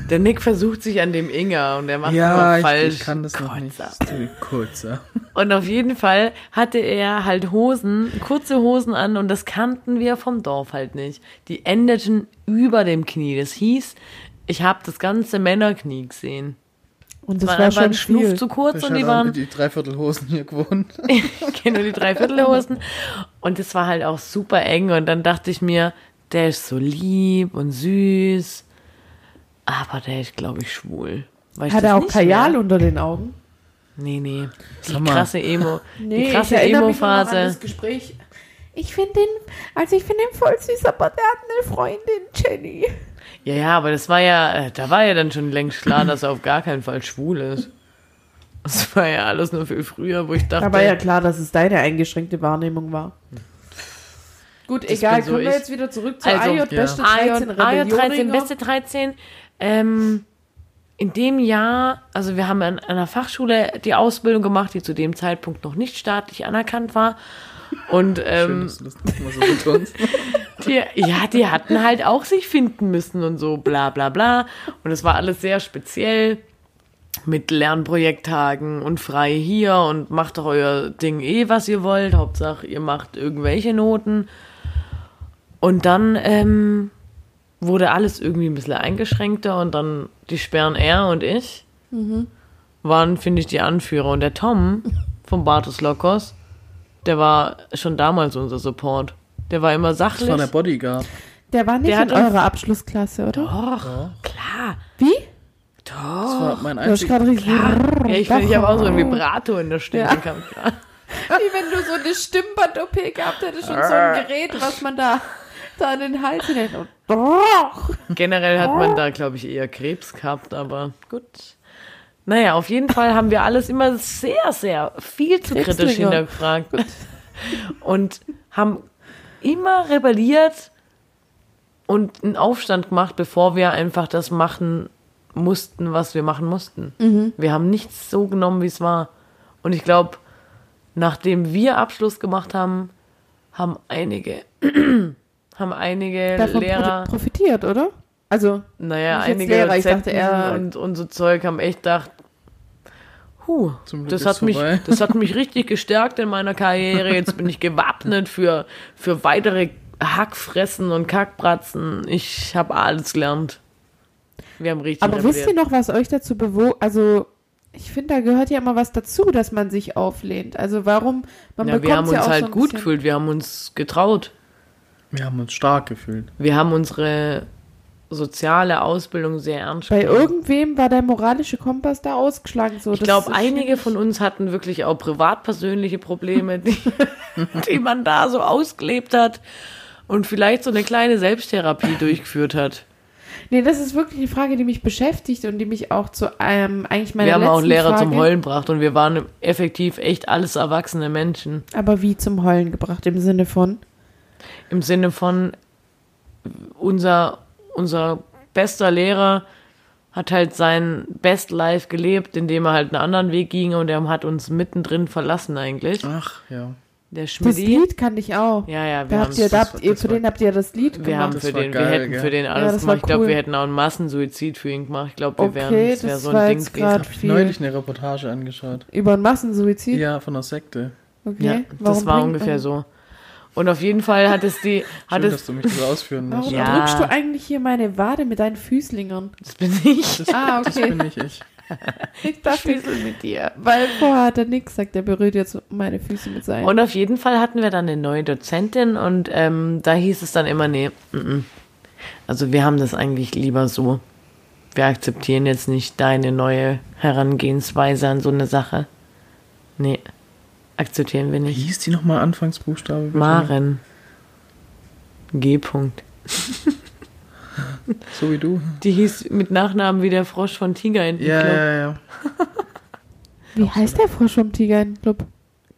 Speaker 2: Der Nick versucht sich an dem Inga und der macht
Speaker 3: Ja,
Speaker 2: immer falsch.
Speaker 3: ich, ich kann das noch
Speaker 2: Gott,
Speaker 3: nicht.
Speaker 2: sag-
Speaker 3: Kurz, ja.
Speaker 2: Und auf jeden Fall hatte er halt Hosen, kurze Hosen an und das kannten wir vom Dorf halt nicht. Die endeten über dem Knie. Das hieß, ich habe das ganze Männerknie gesehen.
Speaker 1: Und das
Speaker 2: War
Speaker 1: war
Speaker 2: einfach
Speaker 1: schon
Speaker 2: ein Schnuff
Speaker 1: viel.
Speaker 2: zu kurz
Speaker 3: Ich
Speaker 2: und die
Speaker 3: hatte
Speaker 2: waren
Speaker 3: auch die Dreiviertelhosen hier gewohnt.
Speaker 2: kenne nur die Dreiviertelhosen. Und es war halt auch super eng. Und dann dachte ich mir, der ist so lieb und süß. Aber der ist, glaube ich, schwul. Weil ich
Speaker 1: Hat
Speaker 2: das
Speaker 1: er auch
Speaker 2: nicht
Speaker 1: Kajal
Speaker 2: mehr-
Speaker 1: unter den Augen?
Speaker 2: Nee, nee. Die
Speaker 3: Sag mal.
Speaker 2: krasse Emo. die
Speaker 1: ich
Speaker 2: krasse
Speaker 1: erinnere mich nur noch an
Speaker 2: Emo-Phase.
Speaker 1: das Gespräch. Ich finde den, also ich finde den voll süß, aber der hat eine Freundin, Jenny.
Speaker 2: Ja, ja, aber das war ja, äh, da war ja dann schon längst klar, dass er auf gar keinen Fall schwul ist. Das war ja alles nur viel früher, wo ich dachte,
Speaker 1: Da war ja klar, dass es deine eingeschränkte Wahrnehmung war. Gut, egal,
Speaker 2: bin so
Speaker 1: kommen wir
Speaker 2: Hm. ich.
Speaker 1: jetzt wieder zurück zur
Speaker 2: Also,
Speaker 1: AJ
Speaker 2: ja.
Speaker 1: Beste 13
Speaker 2: AJ 13,
Speaker 1: Rebellion.
Speaker 2: beste 13. Ähm, in dem Jahr, also wir haben an einer Fachschule die Ausbildung gemacht, die zu dem Zeitpunkt noch nicht staatlich anerkannt war. Und
Speaker 3: Schön,
Speaker 2: ähm,
Speaker 3: dass du das nicht mal so betonst.
Speaker 2: die, ja, die hatten halt auch sich finden müssen und so bla bla bla. Und es war alles sehr speziell mit Lernprojekttagen und frei hier und macht doch euer Ding eh, was ihr wollt. Hauptsache, ihr macht irgendwelche Noten. Und dann ähm, wurde alles irgendwie ein bisschen eingeschränkter und dann die Sperren er und ich waren, finde ich, die Anführer. Und der Tom vom Bartos Lokos, der war schon damals unser Support. Der war immer
Speaker 3: Das
Speaker 2: sachlich.
Speaker 3: war der Bodyguard.
Speaker 1: Der war nicht
Speaker 2: Der hat
Speaker 1: in
Speaker 2: uns-
Speaker 1: eurer Abschlussklasse, oder?
Speaker 2: Doch, klar.
Speaker 1: Wie?
Speaker 3: Das war
Speaker 2: Oh,
Speaker 3: mein
Speaker 1: Du hast
Speaker 3: einziger.
Speaker 1: gerade richtig...
Speaker 2: Ja, ich finde, ich habe auch so ein Vibrato in der Stimme.
Speaker 1: Oh. Ja.
Speaker 2: Kam grad.
Speaker 1: Wie wenn du so eine Stimmband-OP gehabt hättest und so ein
Speaker 2: Ah.
Speaker 1: Gerät, was man da, da an den Hals hält. Und doch.
Speaker 2: Generell hat man da, glaube ich, eher Krebs gehabt, aber gut. Naja, auf jeden Fall haben wir alles immer sehr, sehr viel zu kritisch
Speaker 1: Krebsdünger.
Speaker 2: hinterfragt. Und haben immer rebelliert und einen Aufstand gemacht, bevor wir einfach das machen mussten, was wir machen mussten. Wir haben nichts so genommen, wie es war. Und ich glaube, nachdem wir Abschluss gemacht haben, haben einige, haben einige
Speaker 1: Davon
Speaker 2: Lehrer.
Speaker 1: profi- profitiert, oder? Also,
Speaker 2: Naja,
Speaker 1: Nicht jetzt
Speaker 2: einige
Speaker 1: Lehrer, ich
Speaker 2: Dozenten
Speaker 1: dachte eher-
Speaker 2: und, und so Zeug haben echt gedacht, huh,
Speaker 3: Zum Glück
Speaker 2: das
Speaker 3: ist
Speaker 2: hat, mich,
Speaker 3: vorbei.
Speaker 2: das hat mich richtig gestärkt in meiner Karriere. Jetzt bin ich gewappnet für, für weitere Hackfressen und Kackbratzen. Ich habe alles gelernt. Wir haben richtig
Speaker 1: aber wisst ihr
Speaker 2: rebelliert.
Speaker 1: noch, was euch dazu bewogen? Also, ich finde, da gehört ja immer was dazu, dass man sich auflehnt. Also, warum? Man
Speaker 2: ja, wir haben
Speaker 1: bekommt's
Speaker 2: uns
Speaker 1: ja auch
Speaker 2: halt
Speaker 1: so ein
Speaker 2: gut
Speaker 1: bisschen-
Speaker 2: gefühlt, wir haben uns getraut.
Speaker 3: Wir haben uns stark gefühlt.
Speaker 2: Wir haben unsere soziale Ausbildung sehr ernst
Speaker 1: Bei
Speaker 2: genommen.
Speaker 1: irgendwem war der moralische Kompass da ausgeschlagen. So.
Speaker 2: Ich glaube, einige von uns hatten wirklich auch privatpersönliche Probleme, die, die man da so ausgelebt hat und vielleicht so eine kleine Selbsttherapie durchgeführt hat.
Speaker 1: Nee, das ist wirklich eine Frage, die mich beschäftigt und die mich auch zu ähm, eigentlich meiner
Speaker 2: Wir haben
Speaker 1: letzten
Speaker 2: auch Lehrer
Speaker 1: Frage,
Speaker 2: zum Heulen gebracht und wir waren effektiv echt alles erwachsene Menschen.
Speaker 1: Aber wie zum Heulen gebracht im Sinne von?
Speaker 2: Im Sinne von, unser, unser bester Lehrer hat halt sein Best Life gelebt, indem er halt einen anderen Weg ging und er hat uns mittendrin verlassen eigentlich.
Speaker 3: Ach, ja.
Speaker 2: Der
Speaker 1: Das
Speaker 2: Schmidi.
Speaker 1: Lied kannte ich auch.
Speaker 2: Ja, ja,
Speaker 1: da
Speaker 2: wir haben
Speaker 1: habt ihr, da
Speaker 3: das-
Speaker 1: habt ihr,
Speaker 3: das
Speaker 1: für
Speaker 3: war-
Speaker 1: den habt ihr Genau, das Lied
Speaker 2: Wir haben
Speaker 1: gemacht.
Speaker 3: Das
Speaker 2: für
Speaker 3: war
Speaker 2: den, wir
Speaker 3: geil,
Speaker 2: hätten
Speaker 3: gell?
Speaker 2: für den
Speaker 1: Ja, das
Speaker 2: alles
Speaker 1: war
Speaker 2: gemacht. Ich glaube,
Speaker 1: cool.
Speaker 2: wir hätten auch einen Massensuizid für ihn gemacht. Ich glaube, wir wären,
Speaker 1: Okay,
Speaker 2: das wäre
Speaker 1: das
Speaker 2: so
Speaker 1: war
Speaker 2: ein Ding
Speaker 1: jetzt grad-
Speaker 2: gewesen.
Speaker 3: Hab ich
Speaker 1: Viel.
Speaker 3: neulich eine Reportage angeschaut.
Speaker 1: Über einen Massensuizid?
Speaker 3: Ja, von der Sekte.
Speaker 1: Okay.
Speaker 2: Ja, das
Speaker 1: Warum
Speaker 2: war
Speaker 1: bringt
Speaker 2: ungefähr
Speaker 1: man-
Speaker 2: so. Und auf jeden Fall hat es die, hat
Speaker 3: Schön, dass
Speaker 2: es,
Speaker 3: du mich das ausführen musst.
Speaker 1: Warum
Speaker 2: Ja.
Speaker 1: drückst du eigentlich hier meine Wade mit deinen Füßlingern?
Speaker 2: das bin ich.
Speaker 3: Das,
Speaker 1: Ah,
Speaker 3: das
Speaker 1: okay.
Speaker 3: bin nicht ich.
Speaker 1: Ich dachte,
Speaker 2: mit dir.
Speaker 1: weil vorher hat er nichts gesagt, er berührt jetzt meine Füße mit seinen.
Speaker 2: Und auf jeden Fall hatten wir dann eine neue Dozentin und ähm, da hieß es dann immer, nee, mm, mm. also wir haben das eigentlich lieber so. Wir akzeptieren jetzt nicht deine neue Herangehensweise an so eine Sache. Nee, akzeptieren wir
Speaker 3: Wie
Speaker 2: nicht.
Speaker 3: hieß die nochmal Anfangsbuchstabe? bitte?
Speaker 2: Maren. G. -Punkt.
Speaker 3: So wie du.
Speaker 2: Die hieß mit Nachnamen wie der Frosch von Tiger in
Speaker 3: Ja,
Speaker 2: Club.
Speaker 3: ja, ja.
Speaker 1: Wie heißt der Frosch vom Tiger in Club?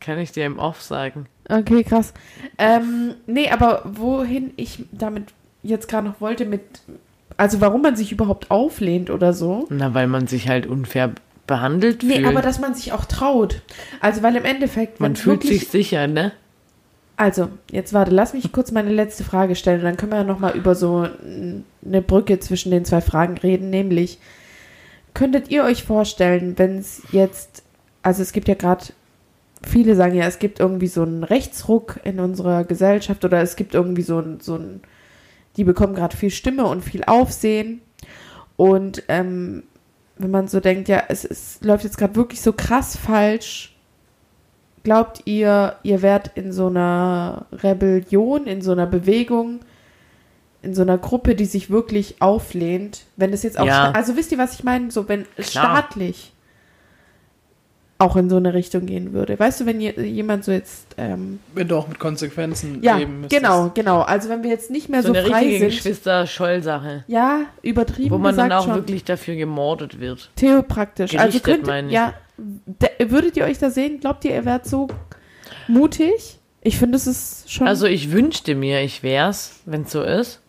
Speaker 2: Kann ich dir im Off sagen.
Speaker 1: Okay, krass. Ähm, nee, aber wohin ich damit jetzt gerade noch wollte, mit. Also, warum man sich überhaupt auflehnt oder so.
Speaker 2: Na, weil man sich halt unfair behandelt
Speaker 1: Nee,
Speaker 2: fühlt.
Speaker 1: aber dass man sich auch traut. Also, weil im Endeffekt,
Speaker 2: man
Speaker 1: wenn's
Speaker 2: fühlt
Speaker 1: wirklich-
Speaker 2: sich sicher, ne?
Speaker 1: Also, jetzt warte, lass mich kurz meine letzte Frage stellen. Dann können wir ja nochmal über so n- eine Brücke zwischen den zwei Fragen reden. Nämlich, könntet ihr euch vorstellen, wenn es jetzt, also es gibt ja gerade, viele sagen ja, es gibt irgendwie so einen Rechtsruck in unserer Gesellschaft oder es gibt irgendwie so ein, so ein die bekommen gerade viel Stimme und viel Aufsehen. Und ähm, wenn man so denkt, ja, es, es läuft jetzt gerade wirklich so krass falsch, Glaubt ihr, ihr werdet in so einer Rebellion, in so einer Bewegung, in so einer Gruppe, die sich wirklich auflehnt, wenn es jetzt auch,
Speaker 2: Ja.
Speaker 1: sta- also wisst ihr, was ich meine, so wenn es
Speaker 2: Klar.
Speaker 1: staatlich auch in so eine Richtung gehen würde. Weißt du, wenn je, jemand so jetzt, ähm,
Speaker 3: Wenn du auch mit Konsequenzen
Speaker 1: ja,
Speaker 3: leben müsstest.
Speaker 1: genau, genau, also wenn wir jetzt nicht mehr
Speaker 2: So,
Speaker 1: so,
Speaker 2: eine
Speaker 1: frei
Speaker 2: richtige
Speaker 1: sind,
Speaker 2: Geschwister-Scholl-Sache.
Speaker 1: ja, übertrieben
Speaker 2: Wo man
Speaker 1: gesagt
Speaker 2: dann auch
Speaker 1: schon,
Speaker 2: wirklich dafür gemordet wird.
Speaker 1: theopraktisch, also
Speaker 2: gerichtet,
Speaker 1: könnt,
Speaker 2: meine ich.
Speaker 1: ja, de- würdet ihr euch da sehen, glaubt ihr, ihr werdet so mutig? Ich finde, es ist schon...
Speaker 2: Also ich wünschte mir, ich wär's, wenn's so ist.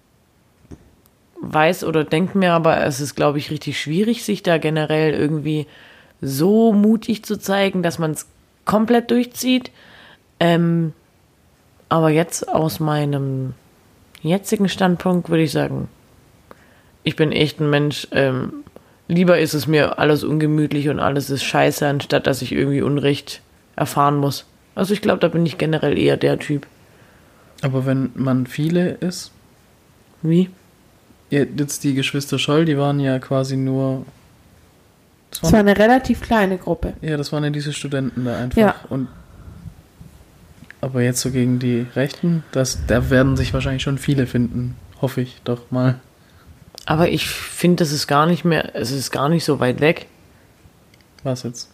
Speaker 2: Weiß oder denk mir aber, es ist, glaube ich, richtig schwierig, sich da generell irgendwie so mutig zu zeigen, dass man es komplett durchzieht. Ähm, aber jetzt aus meinem jetzigen Standpunkt würde ich sagen, ich bin echt ein Mensch. Ähm, lieber ist es mir alles ungemütlich und alles ist scheiße, anstatt dass ich irgendwie Unrecht erfahren muss. Also ich glaube, da bin ich generell eher der Typ.
Speaker 3: Aber wenn man viele ist,
Speaker 2: Wie?
Speaker 3: ja, jetzt die Geschwister Scholl, die waren ja quasi nur. Das
Speaker 1: Es war eine relativ kleine Gruppe.
Speaker 3: ja, das waren ja diese Studenten da einfach.
Speaker 1: Ja.
Speaker 3: Und aber jetzt so gegen die Rechten, das, da werden sich wahrscheinlich schon viele finden. Hoffe ich doch mal.
Speaker 2: Aber ich finde, das ist gar nicht mehr, es ist gar nicht so weit weg
Speaker 3: Was jetzt?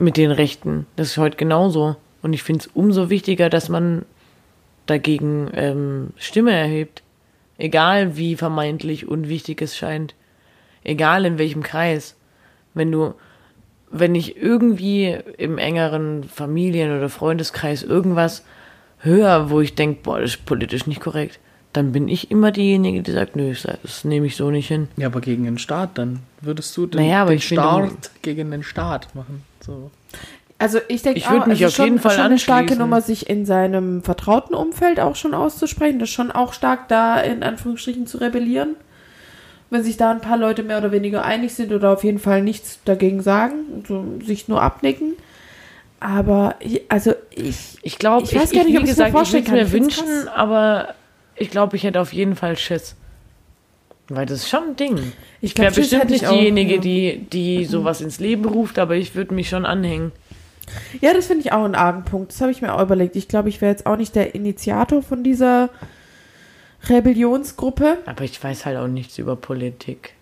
Speaker 2: mit den Rechten. Das ist heute genauso. Und ich finde es umso wichtiger, dass man dagegen ähm, Stimme erhebt. Egal wie vermeintlich unwichtig es scheint. Egal in welchem Kreis. Wenn du wenn ich irgendwie im engeren Familien- oder Freundeskreis irgendwas höre, wo ich denke, boah, das ist politisch nicht korrekt, dann bin ich immer diejenige, die sagt, nö, das nehme ich so nicht hin.
Speaker 3: Ja, aber gegen den Staat dann. Würdest du den,
Speaker 2: Naja, aber
Speaker 3: den
Speaker 2: ich finde auch-
Speaker 3: Staat gegen den Staat machen? So.
Speaker 1: Also ich denke,
Speaker 2: Ich würd
Speaker 1: auch,
Speaker 2: mich
Speaker 1: also
Speaker 2: auf
Speaker 1: schon,
Speaker 2: jeden Fall
Speaker 1: schon eine starke
Speaker 2: anschließen.
Speaker 1: Nummer, sich in seinem vertrauten Umfeld auch schon auszusprechen, das schon auch stark da in Anführungsstrichen zu rebellieren. Wenn sich da ein paar Leute mehr oder weniger einig sind oder auf jeden Fall nichts dagegen sagen, so, sich nur abnicken. Aber ich- also ich
Speaker 2: Ich glaube,
Speaker 1: Ich weiß gar nicht, ob
Speaker 2: wie
Speaker 1: ich's mir
Speaker 2: gesagt,
Speaker 1: vorstellen
Speaker 2: ich würde es
Speaker 1: kann.
Speaker 2: mir
Speaker 1: Ich find's
Speaker 2: wünschen, aber ich glaube, ich hätte auf jeden Fall Schiss. Weil das ist schon ein Ding.
Speaker 1: ich
Speaker 2: Ich wäre
Speaker 1: glaub, Schiss
Speaker 2: bestimmt
Speaker 1: hätte ich
Speaker 2: nicht
Speaker 1: auch,
Speaker 2: diejenige,
Speaker 1: ja.
Speaker 2: die, die sowas ins Leben ruft, aber ich würde mich schon anhängen.
Speaker 1: Ja, das finde ich auch einen argen Punkt. Das habe ich mir auch überlegt. Ich glaube, ich wäre jetzt auch nicht der Initiator von dieser Rebellionsgruppe.
Speaker 2: Aber ich weiß halt auch nichts über Politik.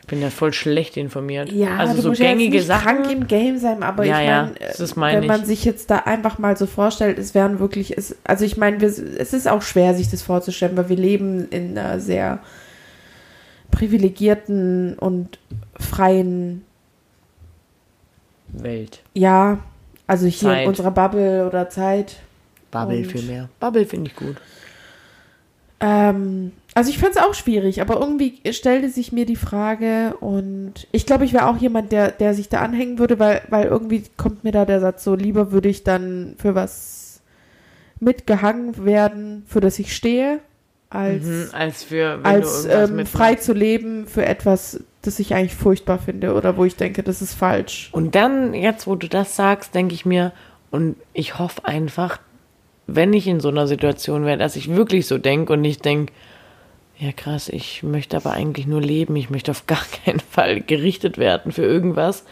Speaker 2: Ich bin ja voll schlecht informiert.
Speaker 1: Ja,
Speaker 2: also
Speaker 1: du
Speaker 2: so
Speaker 1: musst ja
Speaker 2: gängige
Speaker 1: jetzt nicht krank
Speaker 2: Sachen.
Speaker 1: im Game sein, aber
Speaker 2: Ja,
Speaker 1: ich
Speaker 2: ja,
Speaker 1: meine, äh,
Speaker 2: das meine
Speaker 1: wenn man
Speaker 2: ich.
Speaker 1: sich jetzt da einfach mal so vorstellt, es wären wirklich, es, also ich meine, wir, es ist auch schwer, sich das vorzustellen, weil wir leben in einer sehr privilegierten und freien,
Speaker 2: Welt.
Speaker 1: ja, also hier
Speaker 2: Zeit.
Speaker 1: in unserer Bubble oder Zeit.
Speaker 2: Bubble
Speaker 1: Und-
Speaker 2: viel mehr. Bubble finde ich gut.
Speaker 1: Ähm, also ich fand es auch schwierig, aber irgendwie stellte sich mir die Frage und ich glaube, ich wäre auch jemand, der, der sich da anhängen würde, weil, weil irgendwie kommt mir da der Satz so, lieber würde ich dann für was mitgehangen werden, für das ich stehe, als,
Speaker 2: Mhm, als für wenn
Speaker 1: als
Speaker 2: du irgendwas
Speaker 1: ähm,
Speaker 2: mit
Speaker 1: frei zu leben für etwas, das ich eigentlich furchtbar finde oder wo ich denke, das ist falsch.
Speaker 2: Und dann, jetzt wo du das sagst, denke ich mir, und ich hoffe einfach, wenn ich in so einer Situation wäre, dass ich wirklich so denke und nicht denke, ja krass, ich möchte aber eigentlich nur leben, ich möchte auf gar keinen Fall gerichtet werden für irgendwas.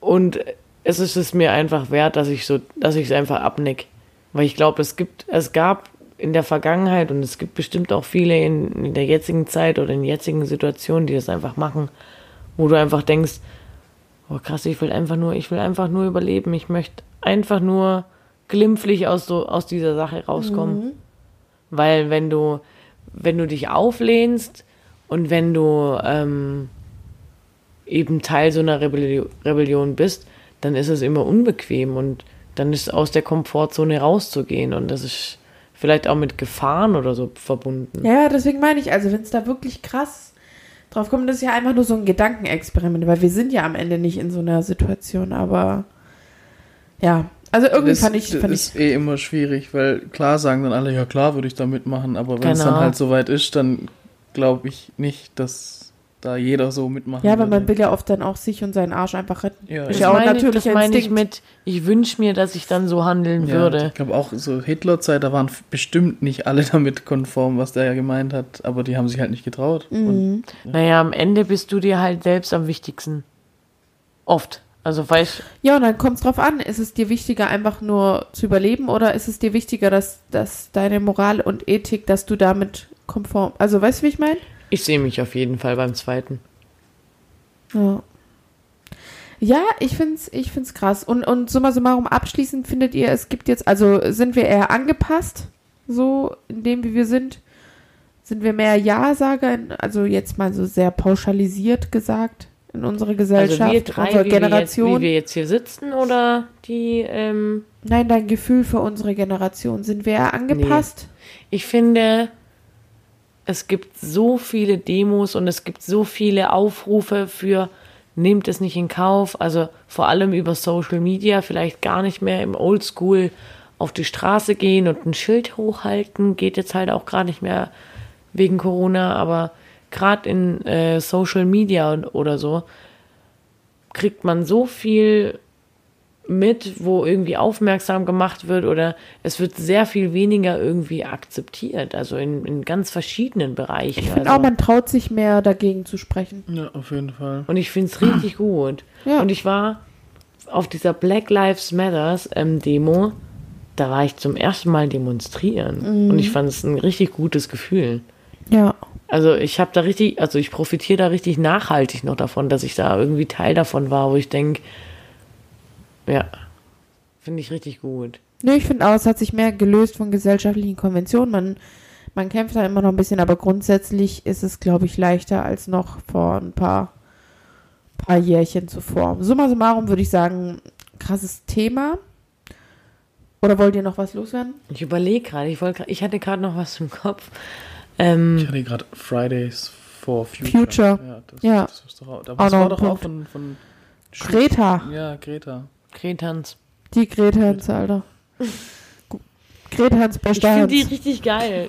Speaker 2: Und es ist es mir einfach wert, dass ich so, dass ich es einfach abnick. Weil ich glaube, es gibt, es gab in der Vergangenheit und es gibt bestimmt auch viele in, in der jetzigen Zeit oder in jetzigen Situationen, die das einfach machen, wo du einfach denkst, Oh krass, ich will einfach nur, ich will einfach nur überleben. Ich möchte einfach nur glimpflich aus, so, aus dieser Sache
Speaker 1: Mhm.
Speaker 2: rauskommen. Weil wenn du, wenn du dich auflehnst und wenn du ähm, eben Teil so einer Rebelli Rebellion bist, dann ist es immer unbequem und dann ist aus der Komfortzone rauszugehen und das ist vielleicht auch mit Gefahren oder so verbunden.
Speaker 1: Ja, ja, deswegen meine ich, also wenn es da wirklich krass drauf kommt, das ist ja einfach nur so ein Gedankenexperiment, weil wir sind ja am Ende nicht in so einer Situation, aber ja. Also irgendwie
Speaker 3: das
Speaker 1: fand ich,
Speaker 3: das
Speaker 1: fand ich
Speaker 3: ist eh immer schwierig, weil klar sagen dann alle, ja klar würde ich da mitmachen, aber wenn es
Speaker 2: Genau.
Speaker 3: dann halt soweit ist, dann glaube ich nicht, dass da jeder so mitmachen
Speaker 1: ja, aber man
Speaker 3: würde.
Speaker 1: will ja oft dann auch sich und seinen Arsch einfach retten.
Speaker 3: Ja,
Speaker 1: ist
Speaker 3: ich
Speaker 1: ja auch
Speaker 2: meine,
Speaker 1: natürlich
Speaker 2: das meine ich
Speaker 1: Instinkt.
Speaker 2: mit, ich wünsche mir, dass ich dann so handeln
Speaker 3: Ja,
Speaker 2: würde.
Speaker 3: Ich glaube auch so Hitler-Zeit, da waren f- bestimmt nicht alle damit konform, was der ja gemeint hat, aber die haben sich halt nicht getraut. Und
Speaker 1: Mhm.
Speaker 2: Naja, am Ende bist du dir halt selbst am wichtigsten. Oft. Also weißt
Speaker 1: Ja, und dann kommt es drauf an, ist es dir wichtiger, einfach nur zu überleben oder ist es dir wichtiger, dass, dass deine Moral und Ethik, dass du damit konform. Also weißt du, wie ich meine?
Speaker 2: ich sehe mich auf jeden Fall beim zweiten.
Speaker 1: Ja. Ja, ich find's, ich find's krass. Und, und summa summarum abschließend findet ihr, es gibt jetzt, also sind wir eher angepasst, so in dem, wie wir sind? Sind wir mehr Ja-Sager, in- also jetzt mal so sehr pauschalisiert gesagt, in unserer
Speaker 2: Also
Speaker 1: Gesellschaft,
Speaker 2: wir drei,
Speaker 1: unserer
Speaker 2: wie,
Speaker 1: Generation?
Speaker 2: Wir jetzt, wie wir jetzt hier sitzen oder die, ähm,
Speaker 1: Nein, dein Gefühl für unsere Generation. Sind wir eher angepasst?
Speaker 2: ich finde, es gibt so viele Demos und es gibt so viele Aufrufe für nehmt es nicht in Kauf, also vor allem über Social Media, vielleicht gar nicht mehr im Oldschool auf die Straße gehen und ein Schild hochhalten, geht jetzt halt auch gar nicht mehr wegen Corona, aber gerade in äh, Social Media und, oder so kriegt man so viel mit, wo irgendwie aufmerksam gemacht wird oder es wird sehr viel weniger irgendwie akzeptiert, also in, in ganz verschiedenen Bereichen.
Speaker 1: Ich finde
Speaker 2: also.
Speaker 1: auch, man traut sich mehr dagegen zu sprechen.
Speaker 3: ja, auf jeden Fall.
Speaker 2: Und ich finde es richtig gut.
Speaker 1: Ja.
Speaker 2: Und ich war auf dieser Black Lives Matters ähm, Demo, da war ich zum ersten Mal
Speaker 1: Mhm.
Speaker 2: demonstrieren. Und ich fand es ein richtig gutes Gefühl.
Speaker 1: Ja.
Speaker 2: Also ich habe da richtig, also ich profitiere da richtig nachhaltig noch davon, dass ich da irgendwie Teil davon war, wo ich denke, ja, finde ich richtig gut.
Speaker 1: Nee, ich finde auch, es hat sich mehr gelöst von gesellschaftlichen Konventionen. Man, man kämpft da immer noch ein bisschen, aber grundsätzlich ist es, glaube ich, leichter als noch vor ein paar, paar Jährchen zuvor. Summa summarum würde ich sagen, krasses Thema. Oder wollt ihr noch was loswerden?
Speaker 2: Ich überlege gerade, ich, wollt grad- ich hatte gerade noch was im Kopf.
Speaker 3: Ich
Speaker 2: Ähm,
Speaker 3: hatte gerade Fridays for Future.
Speaker 1: Future.
Speaker 3: Ja, das,
Speaker 1: Ja.
Speaker 3: das, ist doch, auch- aber
Speaker 1: Auch
Speaker 3: das
Speaker 1: noch
Speaker 3: war
Speaker 1: ein
Speaker 3: doch
Speaker 1: Punkt.
Speaker 3: auch von, von
Speaker 1: Greta,
Speaker 3: Ja, Greta.
Speaker 2: Kretans.
Speaker 1: die Gretans, Alter. Gu- Gretans
Speaker 2: Ich finde
Speaker 1: Bestand.
Speaker 2: die richtig geil.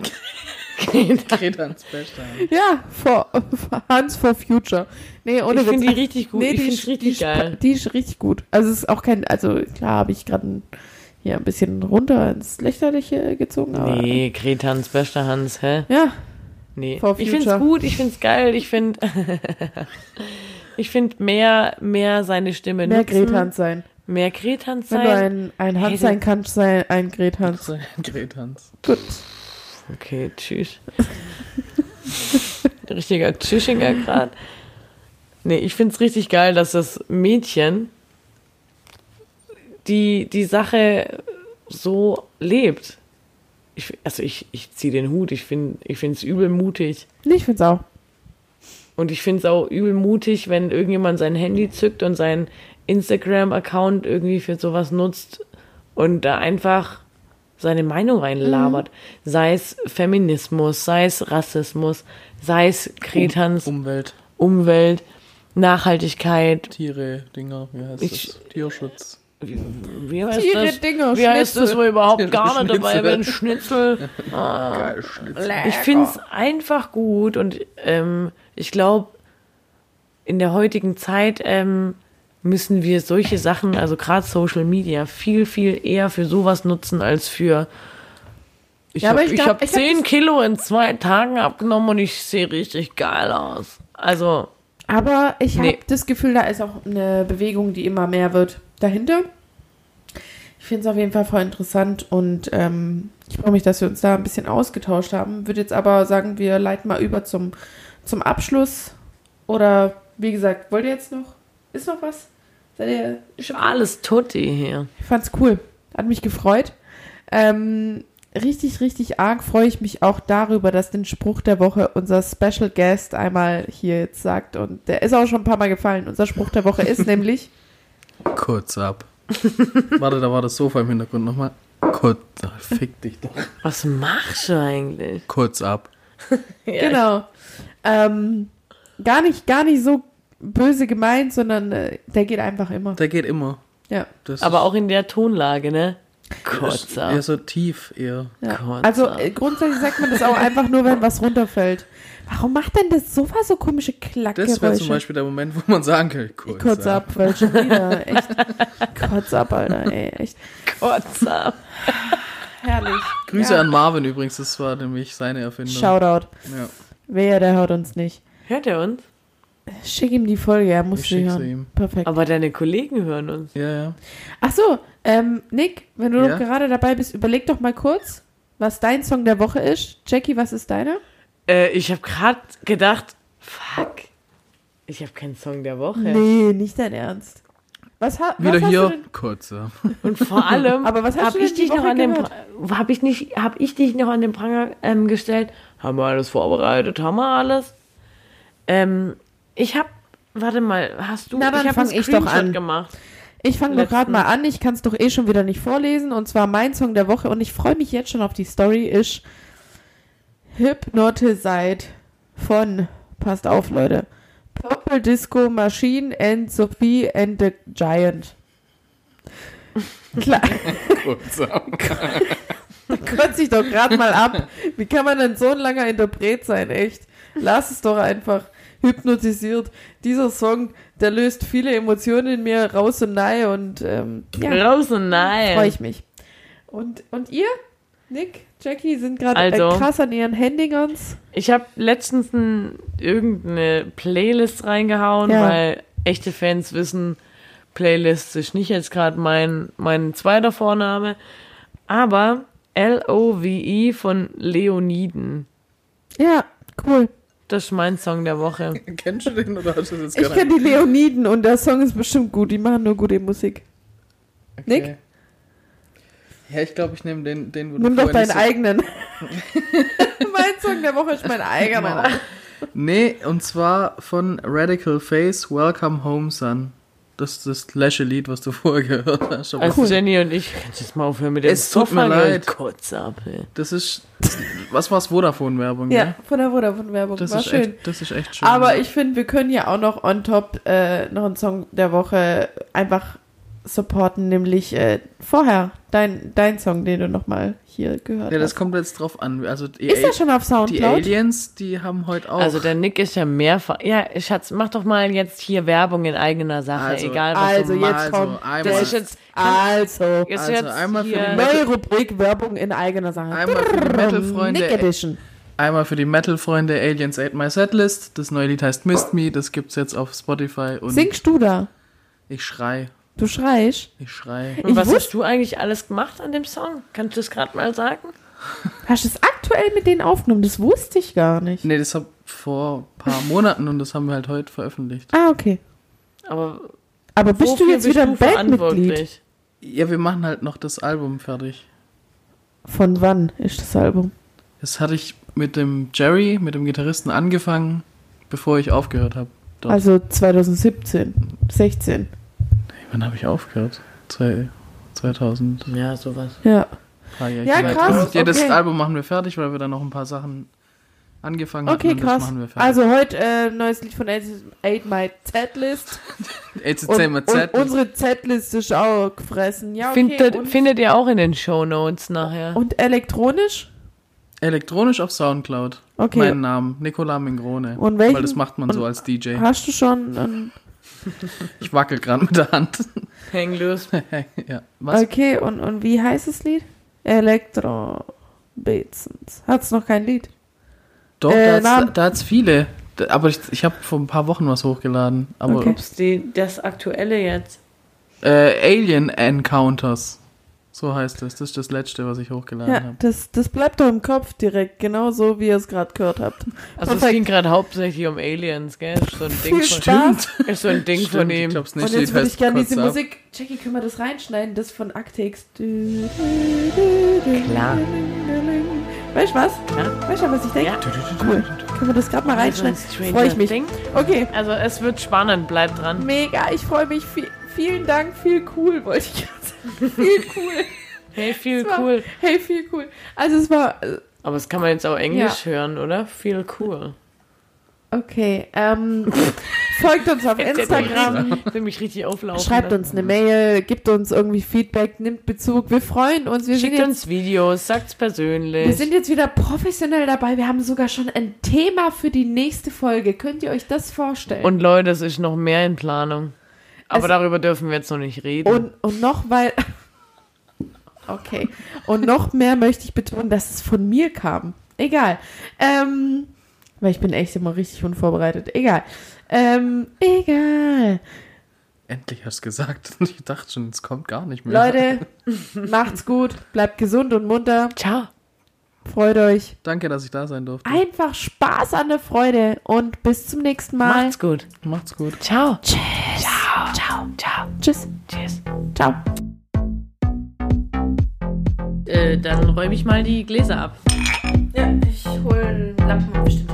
Speaker 2: Greta.
Speaker 3: Greta ans Beste.
Speaker 1: Ja, for, Hans for Future. Nee, ohne
Speaker 2: Ich
Speaker 1: Witz.
Speaker 2: finde die richtig gut. ich
Speaker 1: die
Speaker 2: finde
Speaker 1: ist-
Speaker 2: es
Speaker 1: die
Speaker 2: richtig
Speaker 1: ist-
Speaker 2: geil.
Speaker 1: Die ist richtig gut. Also es ist auch kein, also klar habe ich gerade hier ein bisschen runter ins Lächerliche gezogen, aber
Speaker 2: Nee, Kretans, bester Hans, hä?
Speaker 1: ja,
Speaker 2: Nee.
Speaker 1: For
Speaker 2: Ich finde es
Speaker 1: Future.
Speaker 2: gut, ich finde es geil, ich finde. ich finde mehr, mehr seine Stimme
Speaker 1: mehr
Speaker 2: nutzen.
Speaker 1: Grethans sein.
Speaker 2: Mehr Kretans
Speaker 1: Wenn du
Speaker 2: sein.
Speaker 1: ein, ein Hans
Speaker 2: Hey,
Speaker 1: sein kannst, sei ein Grethans.
Speaker 3: Gretans.
Speaker 1: Gut.
Speaker 2: Okay, tschüss. Richtiger Tschüschinger grad. Nee, ich find's richtig geil, dass das Mädchen die, die Sache so lebt. Ich, also ich, ich zieh den Hut, ich find ich find's übel mutig.
Speaker 1: Nee, ich find's auch.
Speaker 2: Und ich find's auch übel mutig, wenn irgendjemand sein Handy zückt und seinen Instagram-Account irgendwie für sowas nutzt und da einfach seine Meinung reinlabert.
Speaker 3: Mhm.
Speaker 2: Sei es Feminismus, sei es Rassismus, sei es Kretans,
Speaker 3: Umwelt,
Speaker 2: Umwelt, Nachhaltigkeit.
Speaker 3: Tiere, Dinger, wie heißt
Speaker 2: Ich-
Speaker 3: das? Tierschutz.
Speaker 2: Wie, wie heißt
Speaker 1: Tiere,
Speaker 2: das?
Speaker 1: Dinger,
Speaker 2: wie heißt das, wo
Speaker 1: Schnitzel.
Speaker 2: überhaupt
Speaker 3: Tiere,
Speaker 2: gar nicht dabei
Speaker 3: Schnitzel.
Speaker 2: bin? Schnitzel. Ah.
Speaker 3: Geil, Schnitzel.
Speaker 2: Ich finde es einfach gut und ähm, ich glaube, in der heutigen Zeit ähm, müssen wir solche Sachen, also gerade Social Media, viel, viel eher für sowas nutzen als für. Ich
Speaker 1: Ja,
Speaker 2: habe
Speaker 1: aber
Speaker 2: hab
Speaker 1: ich glaub, ich hab
Speaker 2: 10
Speaker 1: das-
Speaker 2: Kilo in zwei Tagen abgenommen und ich sehe richtig geil aus. Also,
Speaker 1: Aber ich habe
Speaker 2: Nee.
Speaker 1: das Gefühl, da ist auch eine Bewegung, die immer mehr wird dahinter. Ich finde es auf jeden Fall voll interessant und ähm, ich freue mich, dass wir uns da ein bisschen ausgetauscht haben. Würde jetzt aber sagen, wir leiten mal über zum, zum Abschluss. Oder wie gesagt, wollt ihr jetzt noch? Ist noch was? Seid ihr
Speaker 2: ist alles Tutti hier.
Speaker 1: ich fand's cool. Hat mich gefreut. Ähm, richtig, richtig arg freue ich mich auch darüber, dass den Spruch der Woche unser Special Guest einmal hier jetzt sagt. Und der ist auch schon ein paar Mal gefallen. Unser Spruch der Woche ist nämlich.
Speaker 3: Kurz ab. Warte, da war das Sofa im Hintergrund nochmal. Kurz, Ach, fick dich doch.
Speaker 2: Was machst du eigentlich?
Speaker 3: Kurz ab.
Speaker 1: Genau. Ähm, gar nicht, gar nicht so böse gemeint, sondern äh, der geht einfach immer.
Speaker 3: Der geht immer.
Speaker 1: Ja.
Speaker 3: Das
Speaker 2: Aber
Speaker 3: ist-
Speaker 2: auch in der Tonlage, ne?
Speaker 3: ist
Speaker 2: Kurz ab.
Speaker 3: Eher so tief eher.
Speaker 1: ja.
Speaker 2: Kurz
Speaker 1: Also
Speaker 2: ab.
Speaker 1: äh, grundsätzlich sagt man das auch einfach nur, wenn was runterfällt. Warum macht denn das Sofa so komische Klackgeräusche?
Speaker 3: Das wäre zum Beispiel der Moment, wo man sagen kann, kurz,
Speaker 1: Kurz ab, weil schon wieder. Echt. Kurz ab, Alter, ey. Echt
Speaker 2: Kurz ab.
Speaker 1: herrlich.
Speaker 3: Grüße
Speaker 1: Ja.
Speaker 3: an Marvin übrigens, das war nämlich seine Erfindung.
Speaker 1: Shoutout.
Speaker 3: Ja,
Speaker 1: Wer, der hört uns nicht.
Speaker 2: Hört er uns?
Speaker 1: Schick ihm die Folge, er muss
Speaker 3: Ich
Speaker 1: sie
Speaker 3: schick
Speaker 1: hören.
Speaker 3: sie ihm.
Speaker 1: Perfekt.
Speaker 2: Aber deine Kollegen hören uns.
Speaker 3: ja, ja.
Speaker 1: Ach so, ähm, Nick, wenn du
Speaker 3: Ja?
Speaker 1: noch gerade dabei bist, überleg doch mal kurz, was dein Song der Woche ist. Jackie, was ist deiner?
Speaker 2: Äh, ich habe gerade gedacht, fuck, ich habe keinen Song der Woche.
Speaker 1: Nee, nicht dein Ernst. Was, ha was
Speaker 3: Wieder
Speaker 1: hast du
Speaker 3: hier,
Speaker 1: denn?
Speaker 3: kurz ab.
Speaker 2: Und vor allem
Speaker 1: Aber was hast
Speaker 2: hab
Speaker 1: du
Speaker 2: ich
Speaker 1: denn die
Speaker 2: dich noch
Speaker 1: Woche
Speaker 2: an dem
Speaker 1: gehört?
Speaker 2: habe ich nicht habe ich dich noch an den Pranger ähm, gestellt. Haben wir alles vorbereitet, haben wir alles. Ähm, ich habe warte mal, hast du
Speaker 1: Na, dann
Speaker 2: ich hab
Speaker 1: fang
Speaker 2: einen
Speaker 1: ich doch
Speaker 2: Screenshot
Speaker 1: an.
Speaker 2: gemacht.
Speaker 1: Ich fange doch gerade mal an, ich kann es doch eh schon wieder nicht vorlesen. Und zwar mein Song der Woche und ich freue mich jetzt schon auf die Story, ist Hypnoticide von, passt auf Leute, Purple Disco Machine and Sophie and the Giant. Klar,
Speaker 3: Kurz ab.
Speaker 1: kürze ich doch gerade mal ab. Wie kann man denn so ein langer Interpret sein, echt? Lass es doch einfach. Hypnotisiert. Dieser Song, der löst viele Emotionen in mir raus und nahe und ähm, ja.
Speaker 2: Raus und nein.
Speaker 1: Freue ich mich. Und, und ihr, Nick, Jackie, sind gerade
Speaker 2: Also.
Speaker 1: äh, krass an ihren Handygans.
Speaker 2: Ich habe letztens ein, irgendeine Playlist reingehauen,
Speaker 1: Ja.
Speaker 2: weil echte Fans wissen, Playlist ist nicht jetzt gerade mein, mein zweiter Vorname, aber L-O-V-E E von Leoniden.
Speaker 1: Ja, cool.
Speaker 2: Das ist mein Song der Woche.
Speaker 3: Kennst du den oder hast du das jetzt
Speaker 1: Ich kenne die Leoniden und der Song ist bestimmt gut. Die machen nur gute Musik. Nick?
Speaker 3: Ja, ich glaube, ich nehme den, den wo
Speaker 1: Nimm doch deinen
Speaker 3: vorher nicht so-
Speaker 1: eigenen. mein Song der Woche ist mein eigener.
Speaker 3: Genau. Nee, und zwar von Radical Face Welcome Home Son. Das ist das gleiche Lied, was du vorher gehört hast.
Speaker 1: Ah,
Speaker 3: Aber
Speaker 2: Als Also Jenny und ich, kannst du jetzt mal aufhören mit dem
Speaker 3: Es tut mir
Speaker 2: Sofa-Geld?
Speaker 3: leid.
Speaker 2: Kurz ab, ey.
Speaker 3: Das ist. Was war's? Vodafone-Werbung,
Speaker 1: Ja,
Speaker 3: ne?
Speaker 1: von der Vodafone-Werbung.
Speaker 3: Das
Speaker 1: War
Speaker 3: ist,
Speaker 1: schön.
Speaker 3: echt, das ist echt schön.
Speaker 1: Aber ich finde, wir können ja auch noch on top äh, noch einen Song der Woche einfach supporten, nämlich äh, vorher dein, dein Song, den du nochmal hier gehört
Speaker 3: Ja, das
Speaker 1: hast.
Speaker 3: kommt jetzt drauf an. Also die,
Speaker 1: Ist
Speaker 3: Al-
Speaker 1: er schon auf
Speaker 3: die
Speaker 1: Soundcloud?
Speaker 3: Aliens, die haben heute auch.
Speaker 2: Also der Nick ist ja mehrfach. Ja, Schatz, mach doch mal jetzt hier Werbung in eigener Sache,
Speaker 3: Also-
Speaker 2: egal was
Speaker 1: also
Speaker 2: du machst.
Speaker 1: jetzt
Speaker 3: also
Speaker 1: kommt
Speaker 3: einmal-
Speaker 2: Das ist jetzt.
Speaker 1: also
Speaker 2: Ist
Speaker 3: Also
Speaker 2: jetzt
Speaker 3: einmal für
Speaker 2: hier,
Speaker 3: die Metal-
Speaker 1: neue Rubrik Werbung in eigener Sache.
Speaker 3: Einmal für die Metal-Freunde. äh,
Speaker 1: Nick Edition.
Speaker 3: Einmal für die Metal-Freunde Aliens Ate My Setlist. Das neue Lied heißt Mist Me. Das gibt's jetzt auf Spotify. Und
Speaker 1: Singst du da?
Speaker 3: ich schrei.
Speaker 1: Du schreist?
Speaker 3: Ich schrei.
Speaker 2: Und
Speaker 1: Ich
Speaker 2: was
Speaker 1: wusste-
Speaker 2: hast du eigentlich alles gemacht an dem Song? Kannst du das gerade mal sagen?
Speaker 1: Hast du es aktuell mit denen aufgenommen? Das wusste ich gar nicht.
Speaker 3: Nee, das hab vor ein paar Monaten und das haben wir halt heute veröffentlicht.
Speaker 1: Ah, okay.
Speaker 2: Aber
Speaker 1: Aber bist
Speaker 2: wofür
Speaker 1: du jetzt wieder ein Bandmitglied?
Speaker 2: verantwortlich?
Speaker 3: Ja, wir machen halt noch das Album fertig.
Speaker 1: Von wann ist das Album?
Speaker 3: Das hatte ich mit dem Jerry, mit dem Gitarristen, angefangen, bevor ich aufgehört habe. Dort.
Speaker 1: Also 2017, 16.
Speaker 3: Wann habe ich aufgehört? Zwei, 2000.
Speaker 2: Ja, sowas.
Speaker 1: Ja.
Speaker 3: Paar Jahre
Speaker 1: Ja,
Speaker 3: her.
Speaker 1: krass,
Speaker 3: Ah, Ja, das
Speaker 1: okay.
Speaker 3: Album machen wir fertig, weil wir dann noch ein paar Sachen angefangen haben.
Speaker 1: Okay,
Speaker 3: und Das
Speaker 1: krass.
Speaker 3: machen wir fertig.
Speaker 1: Also heute äh, neues Lied von 8 My Z-List. Und,
Speaker 3: mit
Speaker 1: und
Speaker 3: Z.
Speaker 1: unsere Z-List ist auch gefressen. Ja, okay.
Speaker 2: findet,
Speaker 1: und,
Speaker 2: findet ihr auch in den Shownotes nachher.
Speaker 1: und elektronisch?
Speaker 3: Elektronisch auf Soundcloud.
Speaker 1: Okay.
Speaker 3: Meinen Namen, Nicola Mingrone.
Speaker 1: Und welchen-
Speaker 3: Weil das macht man so als DJ.
Speaker 1: Hast du schon? ähm,
Speaker 3: Ich wackel gerade mit der Hand.
Speaker 2: Häng los.
Speaker 3: ja. Was?
Speaker 1: Okay, und, und wie heißt das Lied? Elektro Beatsons. Hat's noch kein Lied?
Speaker 3: Doch,
Speaker 1: äh,
Speaker 3: da hat's-
Speaker 1: Namen-
Speaker 3: da hat's viele. Da- Aber ich, ich habe vor ein paar Wochen was hochgeladen. Aber
Speaker 1: Okay.
Speaker 2: Die, das aktuelle jetzt.
Speaker 3: äh, Alien Encounters. So heißt es. Das ist das letzte, was ich hochgeladen
Speaker 1: Ja,
Speaker 3: habe.
Speaker 1: das, das bleibt doch im Kopf direkt, genau so wie ihr es gerade gehört habt.
Speaker 2: Also es
Speaker 1: Perfekt.
Speaker 2: ging gerade hauptsächlich um Aliens, gell? Ist So ein Ding
Speaker 1: Viel
Speaker 2: von,
Speaker 1: Spaß.
Speaker 2: ist so ein Ding von
Speaker 3: ich
Speaker 2: ihm.
Speaker 3: glaube, das
Speaker 1: Und
Speaker 3: nächste
Speaker 1: jetzt
Speaker 3: Lied
Speaker 1: würde ich
Speaker 3: heißt
Speaker 1: gerne
Speaker 3: kurz
Speaker 1: diese
Speaker 3: ab.
Speaker 1: Musik. Jackie, können wir das reinschneiden? Das von Actex. Klar. Weißt du was?
Speaker 2: Ja.
Speaker 1: Weißt du, an was ich denke?
Speaker 2: Ja.
Speaker 1: Cool. Können wir das gerade mal reinschneiden? Freue ich mich.
Speaker 2: Thing.
Speaker 1: Okay.
Speaker 2: Also es wird spannend, bleibt dran.
Speaker 1: Mega, ich freue mich. Vi- vielen Dank, viel cool, wollte ich gerade sagen. Viel cool.
Speaker 2: Hey, viel
Speaker 1: Es war-
Speaker 2: cool.
Speaker 1: Hey, viel cool. Also es war. äh,
Speaker 2: Aber das kann man jetzt auch Englisch hören, oder? Viel cool.
Speaker 1: Okay. Ähm, folgt uns auf Instagram.
Speaker 2: Ich will mich richtig auflaufen.
Speaker 1: Schreibt uns eine Mail, gibt uns irgendwie Feedback, nimmt Bezug. Wir freuen uns. Wir
Speaker 2: Schickt
Speaker 1: sind
Speaker 2: uns Videos, sagt's persönlich.
Speaker 1: Wir sind jetzt wieder professionell dabei. Wir haben sogar schon ein Thema für die nächste Folge. Könnt ihr euch das vorstellen?
Speaker 2: Und Leute, es ist noch mehr in Planung. Aber
Speaker 1: Es-
Speaker 2: darüber dürfen wir jetzt noch nicht reden.
Speaker 1: und, und noch weil. Okay. Und noch mehr möchte ich betonen, dass es von mir kam. Egal. Ähm, weil ich bin echt immer richtig unvorbereitet. Egal. Ähm, egal.
Speaker 3: Endlich hast du gesagt. Ich dachte schon, es kommt gar nicht mehr.
Speaker 1: Leute, macht's gut. Bleibt gesund und munter.
Speaker 2: Ciao.
Speaker 1: Freut euch.
Speaker 3: Danke, dass ich da sein durfte.
Speaker 1: Einfach Spaß an der Freude und bis zum nächsten Mal.
Speaker 2: Macht's gut.
Speaker 3: Macht's gut.
Speaker 2: Ciao.
Speaker 1: Tschüss.
Speaker 2: Ciao. Ciao. Ciao.
Speaker 1: Tschüss.
Speaker 2: Tschüss.
Speaker 1: Ciao.
Speaker 2: Äh, dann räume ich mal die Gläser ab.
Speaker 1: Ja, ich hole Lampen bestimmt.